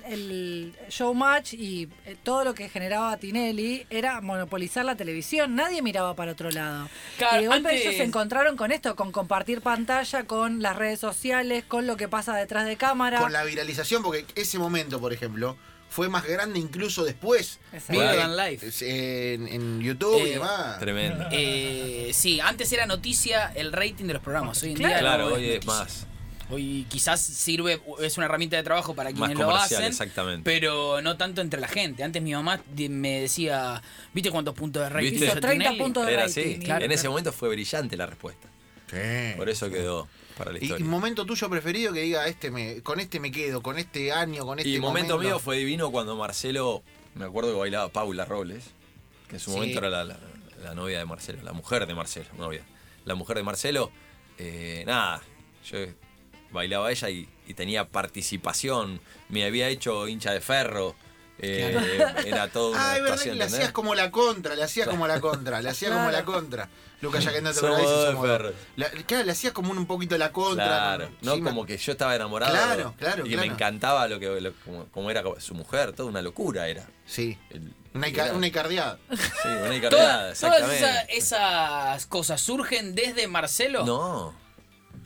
S2: el showmatch y eh, todo lo que generaba Tinelli era monopolizar la televisión, nadie miraba para otro lado.
S3: Claro,
S2: y de golpe
S3: antes-
S2: ellos se encontraron con esto, con compartir pantalla, con las redes sociales, con lo que pasa detrás de cámara.
S1: Con la viralización, porque ese momento, por ejemplo, fue más grande incluso después.
S2: Exacto.
S1: Porque,
S3: Bigger than life.
S1: eh, En, en YouTube y
S3: Eh,
S1: demás.
S4: Tremendo.
S3: Eh, sí, antes era noticia el rating de los programas. Hoy en día.
S4: Claro,
S3: no
S4: hoy es
S3: noticia.
S4: más.
S3: Hoy quizás sirve, es una herramienta de trabajo para
S4: Más
S3: quienes lo
S4: comercial,
S3: hacen.
S4: exactamente.
S3: Pero no tanto entre la gente. Antes mi mamá di- me decía, ¿viste cuántos puntos de rating
S4: ¿Viste?
S3: hizo
S4: Hizo
S2: 30
S3: Tinelli?"
S2: puntos de
S4: Era
S2: rating,
S4: así.
S2: claro,
S4: en ese
S2: claro.
S4: momento fue brillante la respuesta.
S1: Sí.
S4: Por eso quedó para la
S1: Y, y
S4: historia.
S1: momento tuyo preferido que diga, este me, con este me quedo, con este año, con este
S4: Y el momento mío fue divino cuando Marcelo, me acuerdo que bailaba Paula Robles, que en su
S1: Sí.
S4: momento era la, la- la novia de Marcelo, la mujer de Marcelo, novia. La mujer de Marcelo, eh, nada, yo bailaba ella y, y tenía participación, me había hecho hincha de ferro, eh, <laughs> era todo una
S1: Ah, es verdad que
S4: actuación,
S1: le
S4: ¿entendés?
S1: hacías como la contra, le hacías como la contra, le hacías como la
S2: Claro.
S1: contra. Lucas, ya que no te
S4: Somos
S1: acordás, dice,
S4: dos de
S1: somos dos.
S4: Ferro.
S1: La- Claro, le hacías como un, un poquito la contra.
S4: Claro, no
S1: Sí, me-
S4: como que yo estaba enamorado.
S1: Claro, claro,
S4: Y
S1: claro.
S4: me encantaba lo que lo- como, como era su mujer, toda una locura era.
S1: Sí,
S4: El-
S1: una, ica-
S4: era-
S1: una icardeada.
S4: Sí,
S1: <laughs>
S4: una
S3: Toda-
S4: encarnada,
S3: todas
S4: exactamente.
S3: esas, esas cosas surgen desde Marcelo.
S4: No,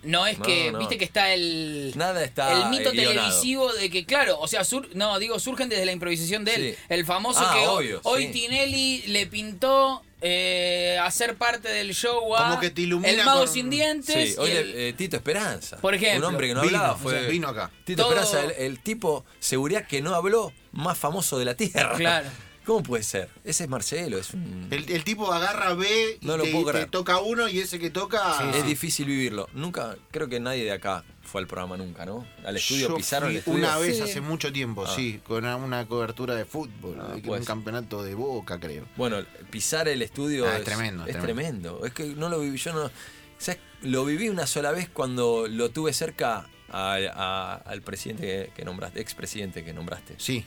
S3: No es
S4: No,
S3: que,
S4: no.
S3: viste que está el.
S4: Nada está
S3: El mito
S4: eh, guionado.
S3: televisivo de que, claro, o sea, sur- no, digo, surgen desde la improvisación de él.
S4: Sí.
S3: El famoso
S4: Ah,
S3: que ho-
S4: obvio,
S3: hoy
S4: sí.
S3: Tinelli le pintó eh, hacer parte del show a.
S1: Como que te ilumina
S3: El mago
S1: con-
S3: sin dientes.
S4: sí, hoy
S3: y
S4: le-
S3: el-
S4: eh, Tito Esperanza.
S3: Por ejemplo,
S4: Un hombre que no
S1: vino,
S4: hablaba
S1: o
S4: fue.
S1: sea, vino acá.
S4: Tito
S3: Todo-
S4: Esperanza, el, el tipo, seguridad que no habló, más famoso de la tierra.
S3: Claro.
S4: <laughs> ¿Cómo puede ser? Ese es Marcelo, es un-
S1: El, el tipo agarra B y
S4: No lo
S1: te,
S4: puedo
S1: te
S4: creer.
S1: toca uno y ese que toca.
S4: es difícil vivirlo. Nunca, creo que nadie de acá fue al programa nunca, ¿no? Al estudio
S1: Yo
S4: pisaron el
S1: fui
S4: estudio.
S1: Una vez
S2: Sí.
S1: hace mucho tiempo, sí, con una- una cobertura de fútbol,
S4: Ah,
S1: de
S4: pues.
S1: un campeonato de boca, creo.
S4: Bueno, pisar el estudio
S1: Ah, es tremendo, es
S4: Es tremendo. Es que no lo viví, yo no. ¿sabes? Lo viví una sola vez cuando lo tuve cerca al- a- al presidente que, que nombraste, expresidente que nombraste.
S3: <laughs>
S1: Sí,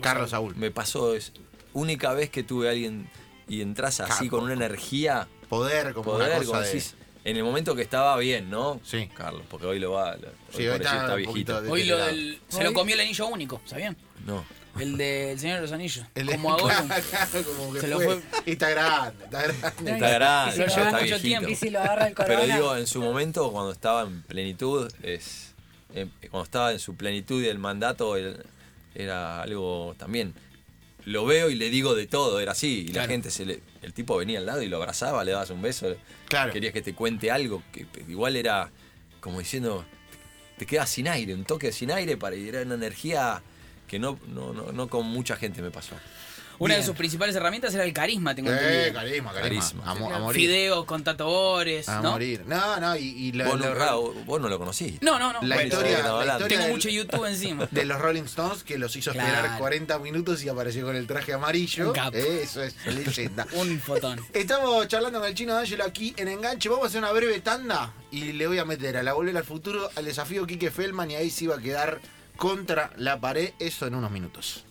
S1: Carlos, Saúl.
S4: Me pasó, es única vez que tuve a alguien y entras así
S1: Capo.
S4: con una energía,
S1: Poder, como una
S4: poder,
S1: cosa
S4: como
S1: de-
S4: decís, en el momento que estaba bien, ¿no?
S1: Sí.
S4: Carlos, porque hoy lo va, lo- hoy,
S1: Sí, hoy
S4: por allí
S1: está
S4: está
S1: un poquito
S4: viejito.
S1: de-
S3: Hoy lo del- se lo
S2: Hoy-
S3: comió el anillo único, ¿sabían?
S4: No.
S3: El del Señor de los Anillos.
S1: El de- <laughs>
S3: como ahora.
S1: Claro, como que
S3: Se lo
S1: fue.
S3: fue-
S1: Y está grande, está grande.
S4: Está grande,
S2: Y si lo agarra
S4: ya está
S3: mucho
S4: viejito.
S3: tiempo.
S2: Y si lo agarra el corona.
S4: Pero digo, en su momento, cuando estaba en plenitud, es em, cuando estaba en su plenitud y el mandato el- era algo también. Lo veo y le digo de todo, era así. Y la
S3: Claro.
S4: gente, se le- el tipo venía al lado y lo abrazaba, le dabas un beso.
S1: Claro.
S4: Querías que te cuente algo, que igual era como diciendo, te quedas sin aire, un toque sin aire, para y era una energía que no, no, no, no con mucha gente me pasó.
S3: Una de
S1: Bien.
S3: sus principales herramientas era el carisma,
S1: Eh,
S3: tengo entendido.
S1: carisma,
S4: Carisma.
S1: carisma. A, mo- a morir.
S3: Fideos con tatuadores,
S1: A
S3: ¿no?
S1: morir. No, no, y, y la,
S4: vos,
S1: la-
S4: nunca- vos no lo conociste.
S3: No, no, no.
S1: la
S3: bueno,
S1: historia,
S4: estaba
S1: la
S4: hablando.
S1: historia
S3: tengo
S1: del-
S3: mucho YouTube encima.
S1: <laughs> de los Rolling Stones que los hizo
S3: Claro.
S1: esperar 40 minutos y apareció con el traje amarillo.
S3: Un capo.
S1: Eh, Eso es leyenda.
S3: Un fotón.
S1: Estamos charlando con el chino D'Angelo aquí en Enganche. Vamos a hacer una breve tanda y le voy a meter a la volver al futuro al desafío Quique Feldman y ahí se iba a quedar contra la pared. Eso en unos minutos.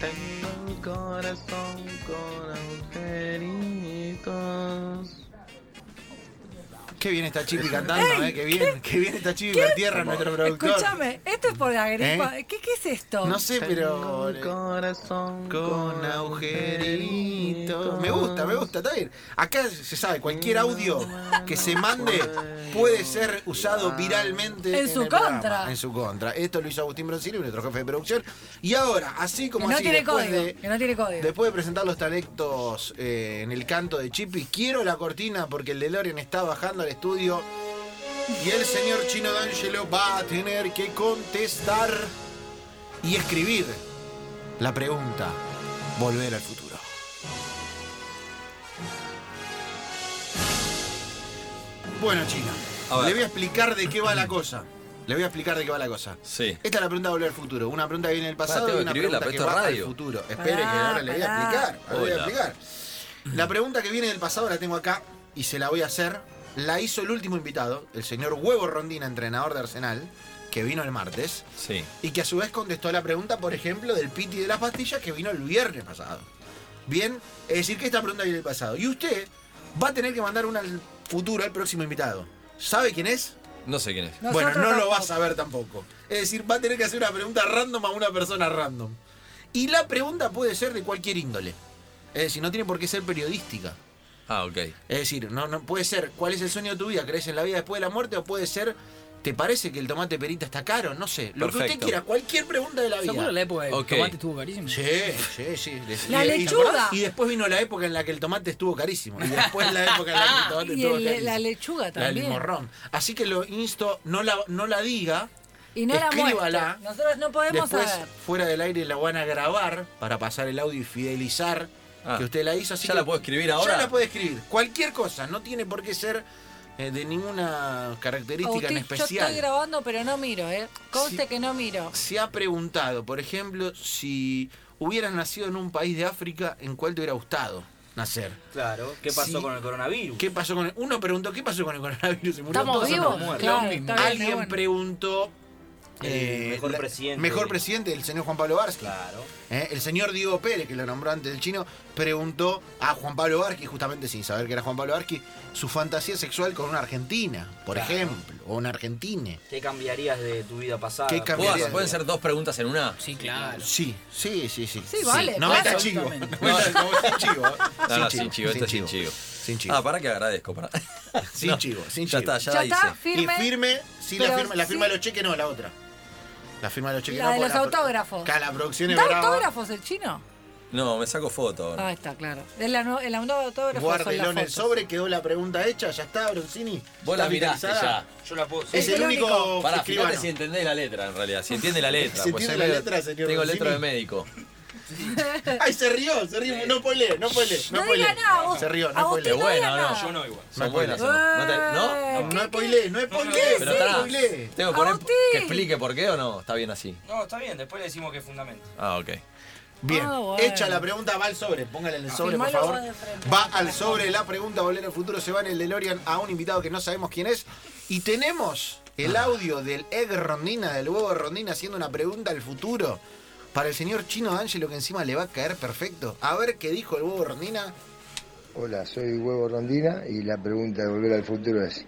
S6: Tengo un corazón con agujeritos.
S1: Qué bien está Chipi cantando,
S2: Ey,
S1: ¿eh? Qué bien, qué bien está Chipi
S2: ¿Qué?
S1: por tierra, nuestro productor.
S2: Escúchame, esto es por la gripa.
S1: ¿Eh?
S2: ¿Qué, qué es esto?
S1: No sé,
S6: Tengo
S1: pero. eh,
S6: un corazón
S1: Con agujerito. Me gusta, me gusta, está bien. Acá se sabe, cualquier audio que se mande puede ser usado viralmente.
S2: En su
S1: el programa,
S2: contra.
S1: En su contra. Esto lo hizo Agustín Broncini, nuestro jefe de producción. Y ahora, así como
S2: Que no
S1: así,
S2: tiene
S1: después
S2: código,
S1: de-
S2: que no tiene código.
S1: Después de presentar los talentos eh, en el canto de Chippy, quiero la cortina porque el DeLorean está bajando al estudio. Y el señor Chino D'Angelo va a tener que contestar y escribir la pregunta. Volver al futuro. Bueno, Chino.
S4: A ver.
S1: Le voy a explicar de qué va la cosa. Le voy a explicar de qué va la cosa.
S4: Sí.
S1: Esta es la pregunta de Volver al Futuro. Una pregunta que viene del pasado
S4: tengo
S1: y
S4: que
S1: una
S4: escribirla,
S1: pregunta que
S4: pero esto
S1: va
S4: es
S1: al
S4: radio.
S1: futuro. Espere que
S2: Pará,
S1: ahora le voy a
S2: pará.
S1: explicar. ahora le voy a
S4: Hola.
S1: explicar. La pregunta que viene del pasado la tengo acá y se la voy a hacer. La hizo el último invitado, el señor Huevo Rondina, entrenador de Arsenal, que vino el martes
S4: Sí.
S1: y que a su vez contestó la pregunta, por ejemplo, del piti de las pastillas que vino el viernes pasado. Bien, es decir, que esta pregunta viene del pasado. Y usted va a tener que mandar una al futuro, al próximo invitado. ¿Sabe quién es?
S4: No sé quién es.
S2: Nosotros
S1: bueno, no lo
S2: tampoco.
S1: vas a ver tampoco. Es decir, va a tener que hacer una pregunta random a una persona random. Y la pregunta puede ser de cualquier índole. Es decir, no tiene por qué ser periodística.
S4: Ah, ok.
S1: Es decir, no, no puede ser cuál es el sueño de tu vida, crees en la vida después de la muerte, o puede ser, ¿te parece que el tomate perita está caro? No sé. Lo que usted
S4: Perfecto.
S1: quiera, cualquier pregunta de la
S3: ¿Se acuerdan
S1: vida.
S3: la época del
S4: Ok.
S3: tomate estuvo carísimo?
S1: Sí, sí, sí.
S2: La
S1: Y- y-
S2: lechuga.
S1: Y, después vino la época en la que el tomate estuvo carísimo. Y después la época en la que el tomate
S2: <laughs> Y
S1: estuvo
S2: el-
S1: carísimo.
S2: la lechuga
S1: La del
S2: también.
S1: morrón. Así que lo insto, no la, no la diga.
S2: Y no la
S1: Escríbala.
S2: muestra. Nosotros no podemos
S1: Después,
S2: saber.
S1: fuera del aire la van a grabar para pasar el audio y fidelizar
S4: Ah.
S1: que usted la hizo. Así
S4: ¿Ya
S1: que-
S4: la puedo escribir ahora?
S1: Ya la puede escribir. Cualquier cosa. No tiene por qué ser eh, de ninguna característica
S2: Agustín,
S1: en
S2: Yo estoy
S1: especial.
S2: grabando, pero no miro, ¿eh? Conste
S1: Sí.
S2: que no miro.
S1: Se ha preguntado, por ejemplo, si hubieras nacido en un país de África, ¿en cuál te hubiera gustado nacer?
S5: Claro, ¿qué pasó
S1: Sí.
S5: con el coronavirus?
S1: ¿Qué pasó con el- Uno preguntó, ¿qué pasó con el coronavirus? Y murió
S2: ¿Estamos
S1: todo.
S2: vivos?
S5: muertos.
S2: Claro,
S3: Lo mismo.
S2: está bien,
S1: Alguien
S2: bueno.
S1: preguntó... eh,
S5: El mejor presidente.
S1: Mejor presidente, el señor Juan Pablo Varsky.
S5: Claro.
S1: Eh, El señor Diego Pérez, que lo nombró antes el chino, preguntó a Juan Pablo Barqui, justamente sin saber que era Juan Pablo Barqui, su fantasía sexual con una argentina, por
S5: Claro.
S1: ejemplo, o una argentina.
S5: ¿Qué cambiarías de tu vida pasada?
S1: ¿Qué cambi-
S4: ¿Puedo-
S1: Bien.
S4: ¿Pueden ser dos preguntas en una?
S3: Sí, claro.
S1: Sí, sí, sí, sí.
S2: Sí, vale,
S1: No
S2: claro.
S1: meta chivo. No,
S3: Absolutamente.
S1: sin chivo. ¿eh?
S4: No, no, sin chivo, esto es sin chivo.
S1: Sin chivo.
S4: Ah, para que agradezco. para.
S1: Sin chivo, sin
S4: Ya
S1: chivo.
S4: está, ya,
S2: Ya
S4: la hice.
S2: está,
S1: Y
S2: firme.
S1: firme, sí, la
S2: pero
S1: firma, la firma
S2: sí.
S1: de los cheques no, la otra. La firma de los cheques
S2: La
S1: no.
S2: de
S1: porque
S2: los
S1: pro-
S2: autógrafos.
S1: Cada la producción es
S2: ¿Da
S1: brava.
S2: autógrafos el chino?
S4: <laughs> No, me saco foto ahora.
S2: Ah, está, claro. Es la, nu- el nuevo autógrafo
S1: Guárdelo
S2: son
S1: en el
S2: las fotos.
S1: sobre, quedó la pregunta hecha, ya está, Broncini. Está
S4: Vos la miraste
S1: finalizada.
S4: ya.
S5: Yo la puedo.
S1: Es,
S2: Es
S1: el
S2: el
S1: único,
S2: único.
S4: Para,
S1: escribano.
S4: fíjate si entendés la letra en realidad, si entiende la letra.
S1: Si
S4: pues
S1: entiende
S4: yo
S1: la
S4: medio-
S1: letra, señor
S4: Tengo
S1: Rossini.
S4: letra de médico.
S1: Ay, se rió, se rió. No pole, no pole.
S2: No diga
S1: spoilé.
S2: nada, vos-
S1: Se rió, no
S2: a
S1: pole.
S2: usted no
S4: Bueno,
S2: diga
S4: no,
S2: nada.
S5: Yo no igual.
S4: Son
S1: No
S4: buenas.
S1: puede.
S4: son- No, te- no,
S2: Eh,
S1: No
S2: ¿qué-
S1: spoilé, no spoilé,
S4: pero
S1: no
S4: pará,
S1: spoilé.
S4: ¿Tengo que poner
S2: Agustín.
S4: que explique por qué o no? Está bien así.
S5: No, está bien, después le decimos que es fundamento.
S4: Ah, ok.
S1: Bien,
S2: Ah, bueno.
S1: hecha la pregunta, va al sobre. Póngale en el sobre, por
S2: Firmalo
S1: favor.
S2: vos de frente.
S1: Va al sobre la pregunta, volver al futuro. Se va en el DeLorean a un invitado que no sabemos quién es. Y tenemos el audio del egg Rondina, del huevo Rondina, haciendo una pregunta al futuro para el señor Chino D'Angelo, que encima le va a caer perfecto. A ver qué dijo el huevo Rondina.
S7: Hola, soy Huevo Rondina y la pregunta de volver al futuro es,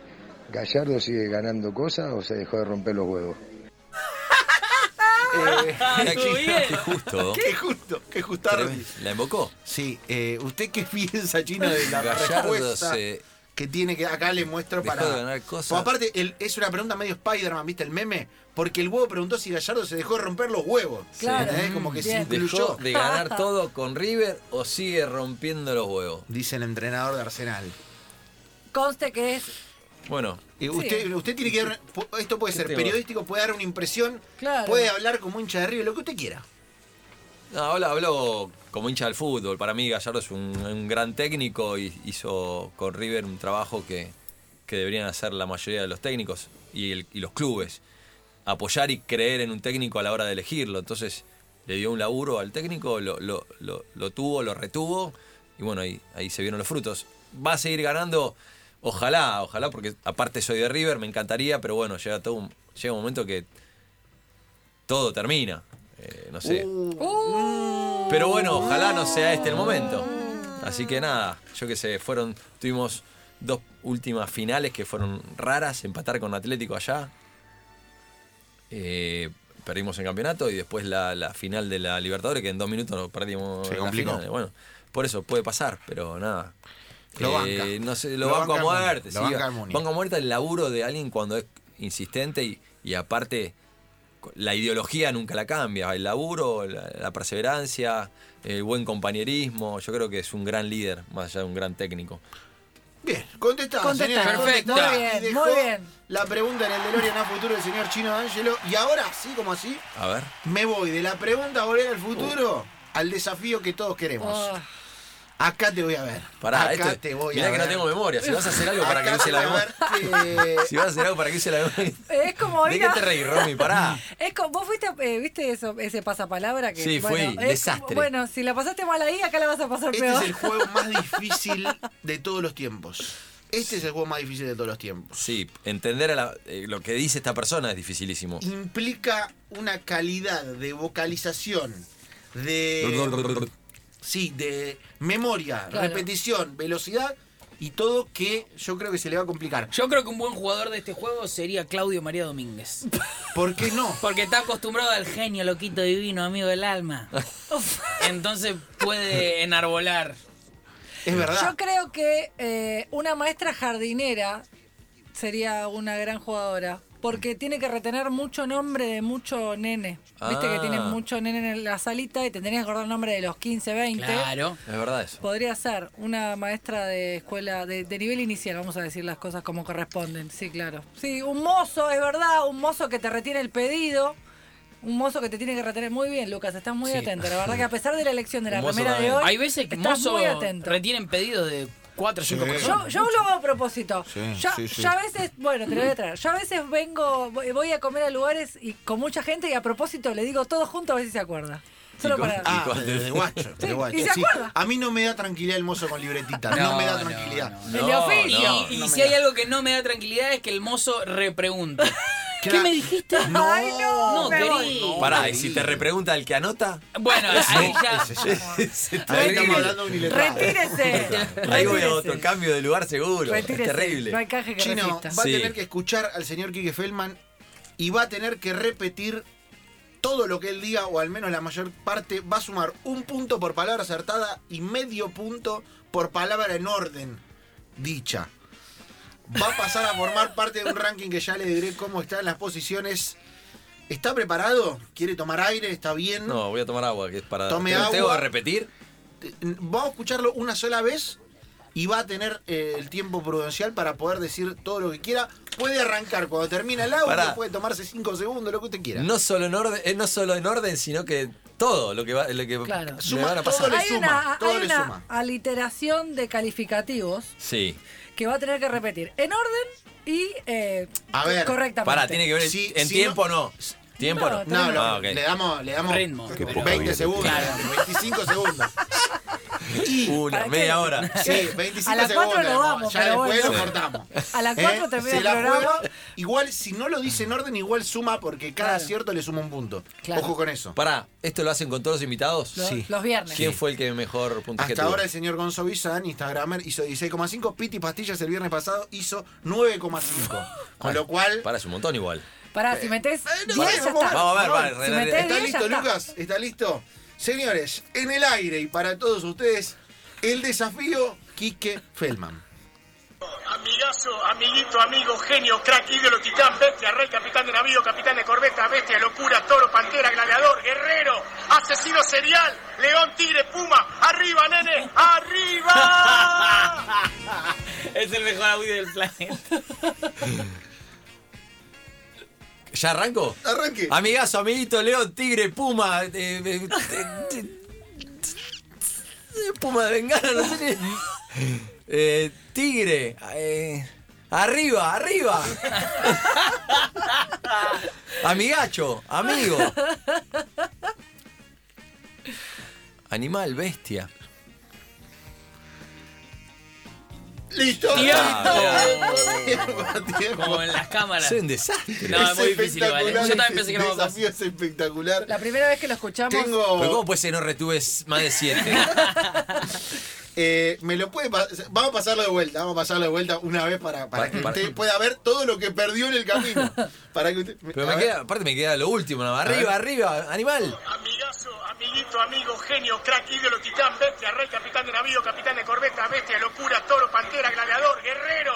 S7: ¿Gallardo sigue ganando cosas o se dejó de romper los huevos?
S1: Eh,
S3: Ah,
S4: Mira,
S3: estuvo
S4: qué-
S3: bien. <laughs>
S4: qué <laughs>
S1: <laughs>
S4: justo.
S1: qué justo, qué justardi.
S4: ¿La invocó?
S1: Sí, eh, ¿usted qué <laughs> piensa, Chino, de la
S4: Gallardo
S1: respuesta
S4: se-
S1: que tiene que... Acá le muestro
S4: Dejó
S1: para...
S4: de ganar cosas.
S1: Pues aparte, el- es una pregunta medio Spider-Man, ¿viste? El meme. Porque el huevo preguntó si Gallardo se dejó de romper los huevos.
S2: Claro. Mm,
S1: ¿Entendés? Como que se
S2: Bien.
S1: incluyó.
S4: ¿Dejó
S3: <laughs>
S4: de ganar todo con River o sigue rompiendo los huevos?
S1: Dice el entrenador de Arsenal.
S2: Conste que es.
S4: Bueno,
S1: Eh, usted, usted tiene que dar... pu- Esto puede
S4: ¿Qué
S1: ser
S4: tema?
S1: periodístico, puede dar una impresión,
S2: Claro.
S1: puede hablar como hincha de Río, lo que usted quiera.
S4: ahora hablo como hincha del fútbol. Para mí Gallardo es un, un gran técnico y hizo con River un trabajo que, que deberían hacer la mayoría de los técnicos y, el- y los clubes. Apoyar y creer en un técnico a la hora de elegirlo. Entonces le dio un laburo al técnico, lo, lo- lo- lo tuvo, lo retuvo y bueno, ahí, ahí se vieron los frutos. Va a seguir ganando, ojalá, ojalá, porque aparte soy de River, me encantaría, pero bueno, llega, todo un- llega un momento que todo termina. Eh, no sé.
S2: Uh,
S4: Pero bueno, ojalá no sea este el momento. Así que nada, yo qué sé, fueron, tuvimos dos últimas finales que fueron raras, empatar con Atlético allá. Eh, perdimos el campeonato y después la, la final de la Libertadores, que en dos minutos nos perdimos.
S1: Se
S4: la
S1: complicó.
S4: final. Bueno, por eso puede pasar, pero nada. Eh,
S1: Lo banca.
S4: no sé, lo,
S1: Lo
S4: banco
S1: banca
S4: a
S1: el Muni,
S4: muerte.
S1: lo banca el Muni.
S4: banco a muerte el laburo de alguien cuando es insistente y, y aparte la ideología nunca la cambia. El laburo, la, la perseverancia, el buen compañerismo. Yo creo que es un gran líder, más allá de un gran técnico.
S1: Bien, contestado,
S2: Contestado.
S1: señora,
S3: Perfecto.
S1: contestado.
S2: Muy bien,
S1: Y dejó
S2: muy bien.
S1: La pregunta en el DeLorean a futuro del señor Chino D'Angelo. Y ahora, así como así,
S4: A ver.
S1: me voy de la pregunta a volver al futuro al desafío que todos queremos.
S2: Oh,
S1: Acá te voy a ver.
S4: Pará,
S1: Acá
S4: esto,
S1: te voy
S4: mirá
S1: a
S4: que
S1: ver.
S4: no tengo memoria. Si vas a hacer algo para que
S1: Acá
S4: no se la
S1: te voy a
S4: memoria.
S1: ver
S4: <laughs>
S1: que-
S4: Si vas a hacer algo para que se la memoria.
S2: es como
S4: ¿De
S2: ir
S4: qué
S2: a-
S4: te reís, Romy? Pará.
S2: Es como, vos fuiste, eh, viste eso, ese pasapalabra que.
S4: Sí, fui,
S2: es-
S4: desastre.
S2: bueno, si la pasaste mal ahí, acá la vas a pasar
S1: Este
S2: peor. <laughs>
S1: es el juego más difícil de todos los tiempos. Este es el juego más difícil de todos los tiempos.
S4: Sí, entender a la- eh, lo que dice esta persona es dificilísimo.
S1: Implica una calidad de vocalización, de. Sí, de memoria,
S2: Claro.
S1: repetición, velocidad y todo que yo creo que se le va a complicar.
S3: Yo creo que un buen jugador de este juego sería Claudio María Domínguez.
S1: ¿Por qué no?
S3: Porque está acostumbrado al genio, loquito divino, amigo del alma. Entonces puede enarbolar.
S1: Es verdad.
S2: Yo creo que eh, una maestra jardinera sería una gran jugadora. Porque tiene que retener mucho nombre de mucho nene. Viste que
S4: Ah.
S2: tienes mucho nene en la salita y te tenías que acordar el nombre de los 15, 20.
S3: Claro.
S4: Es verdad eso.
S2: Podría ser una maestra de escuela de, de nivel inicial, vamos a decir las cosas como corresponden. Sí, claro. Sí, un mozo, es verdad, un mozo que te retiene el pedido. Un mozo que te tiene que retener muy bien, Lucas, estás muy
S3: Sí.
S2: atento. La verdad que a pesar de la elección de la
S4: Un mozo
S2: remera de
S4: también.
S2: hoy,
S3: Hay veces que
S2: estás
S3: mozos
S2: muy atento.
S3: retienen pedidos de 4 o 5 personas.
S2: Yo, yo lo hago a propósito.
S1: Sí,
S2: yo,
S1: sí, sí.
S2: yo a veces, bueno, te lo voy a traer. Yo a veces vengo, voy- voy a comer a lugares y con mucha gente y a propósito le digo todo junto a ver si se acuerda. Solo
S4: Y con-
S2: para.
S1: Ah,
S4: Y con-
S1: de, de guacho, de
S2: Sí,
S1: guacho.
S2: y se
S1: Sí.
S2: acuerda.
S1: A mí no me da tranquilidad el mozo con libretita. No,
S3: No,
S1: me da
S3: no,
S1: tranquilidad.
S3: no.
S2: El de oficio.
S4: no.
S3: y y
S1: no me
S3: si
S1: da.
S3: hay algo que no me da tranquilidad es que el mozo repregunta. ¿Qué
S1: Cla-
S3: me dijiste?
S1: <laughs> No,
S2: Ay, no,
S3: No,
S2: me
S3: querido.
S2: voy.
S1: no,
S4: Pará, y
S1: querido.
S4: si te repregunta el que anota,
S3: Bueno, ahí ya.
S1: Ese ya. Ahí estamos
S2: Retírese.
S1: hablando de un iletrado.
S2: Retírese.
S4: ahí voy a
S2: Retírese.
S4: otro cambio de lugar seguro. Es
S2: Retírese. No hay
S4: terrible.
S2: caje que
S1: Chino
S2: resista.
S1: va
S4: Sí.
S1: a tener que escuchar al señor Quique Feldman y va a tener que repetir todo lo que él diga, o al menos la mayor parte, va a sumar un punto por palabra acertada y medio punto por palabra en orden dicha. Va a pasar a formar parte de un ranking que ya le diré cómo está en las posiciones. ¿Está preparado? ¿Quiere tomar aire? ¿Está bien?
S4: No, voy a tomar agua, que es para.
S1: Tome
S4: ¿Te- te voy
S1: agua.
S4: a repetir?
S1: Vamos a escucharlo una sola vez y va a tener eh, el tiempo prudencial para poder decir todo lo que quiera. Puede arrancar cuando termina el audio,
S4: Pará.
S1: puede tomarse 5 segundos, lo que usted quiera.
S4: No solo en orden, eh, no solo en orden, sino que todo lo que va, lo que
S2: Claro.
S4: me
S1: Suma
S4: van a
S1: todo
S4: pasar.
S1: le
S2: Hay
S1: suma,
S2: una,
S1: todo
S2: hay
S1: le
S2: una
S1: suma.
S2: aliteración de calificativos
S4: Sí.
S2: que va a tener que repetir en orden y eh,
S1: A ver,
S2: correctamente.
S4: Pará, tiene que ver
S1: Si-
S4: en
S1: si
S4: tiempo no. Tiempo
S2: No,
S4: no.
S1: No, lo-
S4: Ah, ok.
S1: le
S4: <laughs>
S1: damos, le damos
S3: Ritmo. Qué
S1: 20 segundos, <laughs> 25 segundos.
S4: Una,
S2: ¿Para qué?
S4: media
S2: <laughs>
S4: hora.
S1: Sí, 25
S2: A las cuatro
S1: segundos.
S2: lo vamos,
S1: ya
S2: pero
S1: después
S2: bueno.
S1: lo cortamos. ¿Eh?
S2: A las cuatro termina
S1: se
S2: el
S1: la
S2: programa.
S1: juega. Igual, si no lo dice en orden, igual suma porque cada
S2: Claro.
S1: acierto le suma un punto.
S2: Claro.
S1: Ojo con eso.
S4: Pará, ¿esto lo hacen con todos los invitados?
S2: Lo- los viernes.
S4: ¿Quién fue el que mejor puntaje
S1: Hasta
S4: tuvo?
S1: ahora el señor Gonzo Bizán, Instagramer, hizo 16,5. Piti Pastillas el viernes pasado hizo
S3: <gasps>
S1: 9,5. Con lo cual.
S4: Pará, es un montón igual.
S2: Pará, si metés
S1: eh, no,
S2: 10 ya
S1: vamos,
S2: está.
S4: vamos a ver, vale,
S2: si
S4: re-
S2: metés
S1: ¿Está
S2: 10 ya
S1: listo,
S2: está.
S1: Lucas? ¿Está listo? Señores, en el aire y para todos ustedes, el desafío Quique Feldman.
S8: Amigazo, amiguito, amigo, genio, crack, ídolo, titán, bestia, rey, capitán de navío, capitán de corbeta, bestia, locura, toro, pantera, gladiador, guerrero, asesino serial, león, tigre, puma, arriba, nene,
S3: <laughs>
S8: arriba.
S3: Es el mejor audio del planeta.
S4: ¿Ya arranco?
S1: Arranque.
S3: Ah,
S4: Amigazo, amiguito, León, Tigre, Puma. eh, eh, eh, eh, Puma de Bengala, no sé. ni- Eh, tigre. eh, arriba, arriba. Amigacho, amigo. Animal, bestia.
S1: ¡Listo! Tiempo, tiempo.
S3: Como en las cámaras.
S4: Soy un desastre.
S3: No, es muy difícil igual, ¿eh?
S1: espectacular
S3: Yo también
S1: este
S3: pensé que no iba a pasar.
S1: desafío es espectacular.
S2: La primera vez que lo escuchamos.
S4: Pero ¿Cómo
S1: Tengo,
S4: puede ser que no retuve más de siete?
S1: Eh, me lo puede pas- vamos a pasarlo de vuelta, vamos a pasarlo de vuelta una vez para, para
S4: Para-
S1: que
S4: para-
S1: usted pueda ver todo lo que perdió en el
S4: <laughs>
S1: camino. Para que usted-
S4: Pero
S1: a
S4: me
S1: ver.
S4: queda, aparte me queda lo último, nada más. arriba, arriba, animal.
S8: Amigazo, amiguito, amigo, genio, crack, ídolo, titán, bestia, rey, capitán de navío, capitán de corbeta, bestia, locura, toro, pantera, gladiador, guerrero,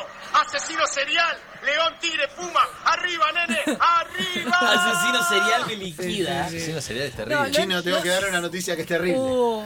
S8: asesino serial, león, tigre, puma, arriba,
S3: <laughs>
S8: nene, arriba.
S3: Asesino serial me liquida.
S4: Sí, no sería terrible.
S2: No, no-
S1: Chino, tengo que dar una noticia que es terrible.
S2: Uh,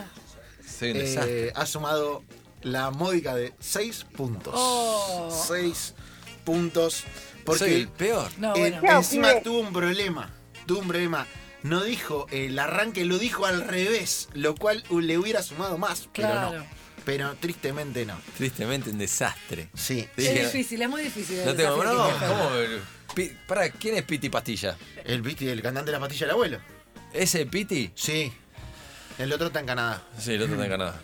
S4: Soy un
S1: Eh,
S4: desastre.
S1: ha sumado la módica de 6 puntos.
S2: Oh.
S1: 6 puntos. Porque
S4: Soy el peor.
S2: no,
S1: Eh,
S2: bueno.
S1: encima tuvo un problema. Tuvo un problema. No dijo el arranque, lo dijo al revés, lo cual uh, le hubiera sumado más, pero
S2: Claro.
S1: no. Pero tristemente no.
S4: Tristemente un desastre.
S1: Sí.
S4: Te
S2: es
S4: dije,
S2: difícil, es muy difícil. el
S4: no tengo.
S2: desafío
S4: No,
S2: que tiene.
S4: ¿cómo? el- Pi- Pará, ¿quién es Piti Pastilla?
S1: El Viti, el cantante de la pastilla del abuelo.
S4: ¿Ese Piti?
S1: Sí. El otro está en Canadá.
S4: Sí, el otro no Canadá.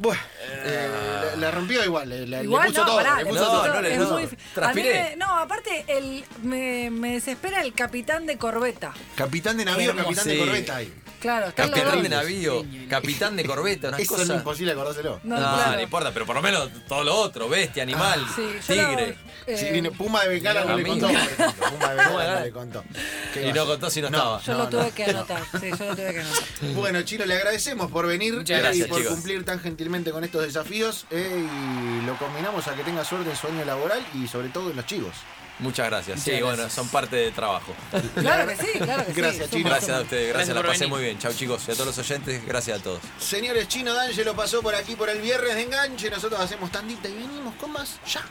S1: Bueno, eh, la, la rompió igual, eh, la-
S2: Igual
S1: le puso
S2: no,
S1: todo.
S2: pará,
S1: le
S2: le
S1: puso
S4: no,
S1: todo.
S2: puso-
S4: no le-
S2: es
S4: no,
S2: muy- a mí
S4: transpiré.
S2: me- no, aparte el, me, me desespera el capitán de corbeta.
S1: Capitán de navío,
S3: Hermoso.
S1: capitán de
S4: Sí.
S1: corbeta ahí.
S2: Claro, está en los
S4: Capitán de
S2: dos.
S4: navío, capitán de corbeta, unas
S1: Eso es
S4: cosas.
S1: imposible acordárselo.
S2: No,
S4: no,
S2: claro. Ah,
S4: no importa, pero por lo menos todo lo otro, bestia, animal,
S2: Sí, yo la-
S4: tigre.
S2: eh,
S1: Sí, vino Puma de Becala no le contó.
S4: amigo.
S1: por ejemplo. Puma de Becala no le contó. Qué
S4: Y
S1: va.
S4: no contó si no estaba.
S2: yo
S1: no,
S2: lo
S1: no.
S2: tuve que anotar. Sí, yo lo tuve
S1: <laughs>
S2: que anotar.
S1: Bueno, Chino, le agradecemos por venir
S3: Muchas
S1: eh,
S4: gracias,
S1: y por
S4: chicos.
S1: cumplir tan gentilmente con estos desafíos. eh, y lo combinamos a que tenga suerte en su año laboral y sobre todo en los chivos.
S4: Muchas gracias. Sí,
S3: Muchas
S4: bueno,
S3: gracias.
S4: son parte del trabajo.
S2: Claro que sí, claro que sí.
S1: Gracias,
S2: somos-
S1: Chino.
S4: Gracias a ustedes, gracias,
S3: Gracias
S4: la
S3: por
S4: pasé
S3: venir.
S4: muy bien. Chau chicos y a todos los oyentes, gracias a todos.
S1: Señores, Chino D'Angelo pasó por aquí por el viernes de enganche. Nosotros hacemos tandita y venimos con más ya.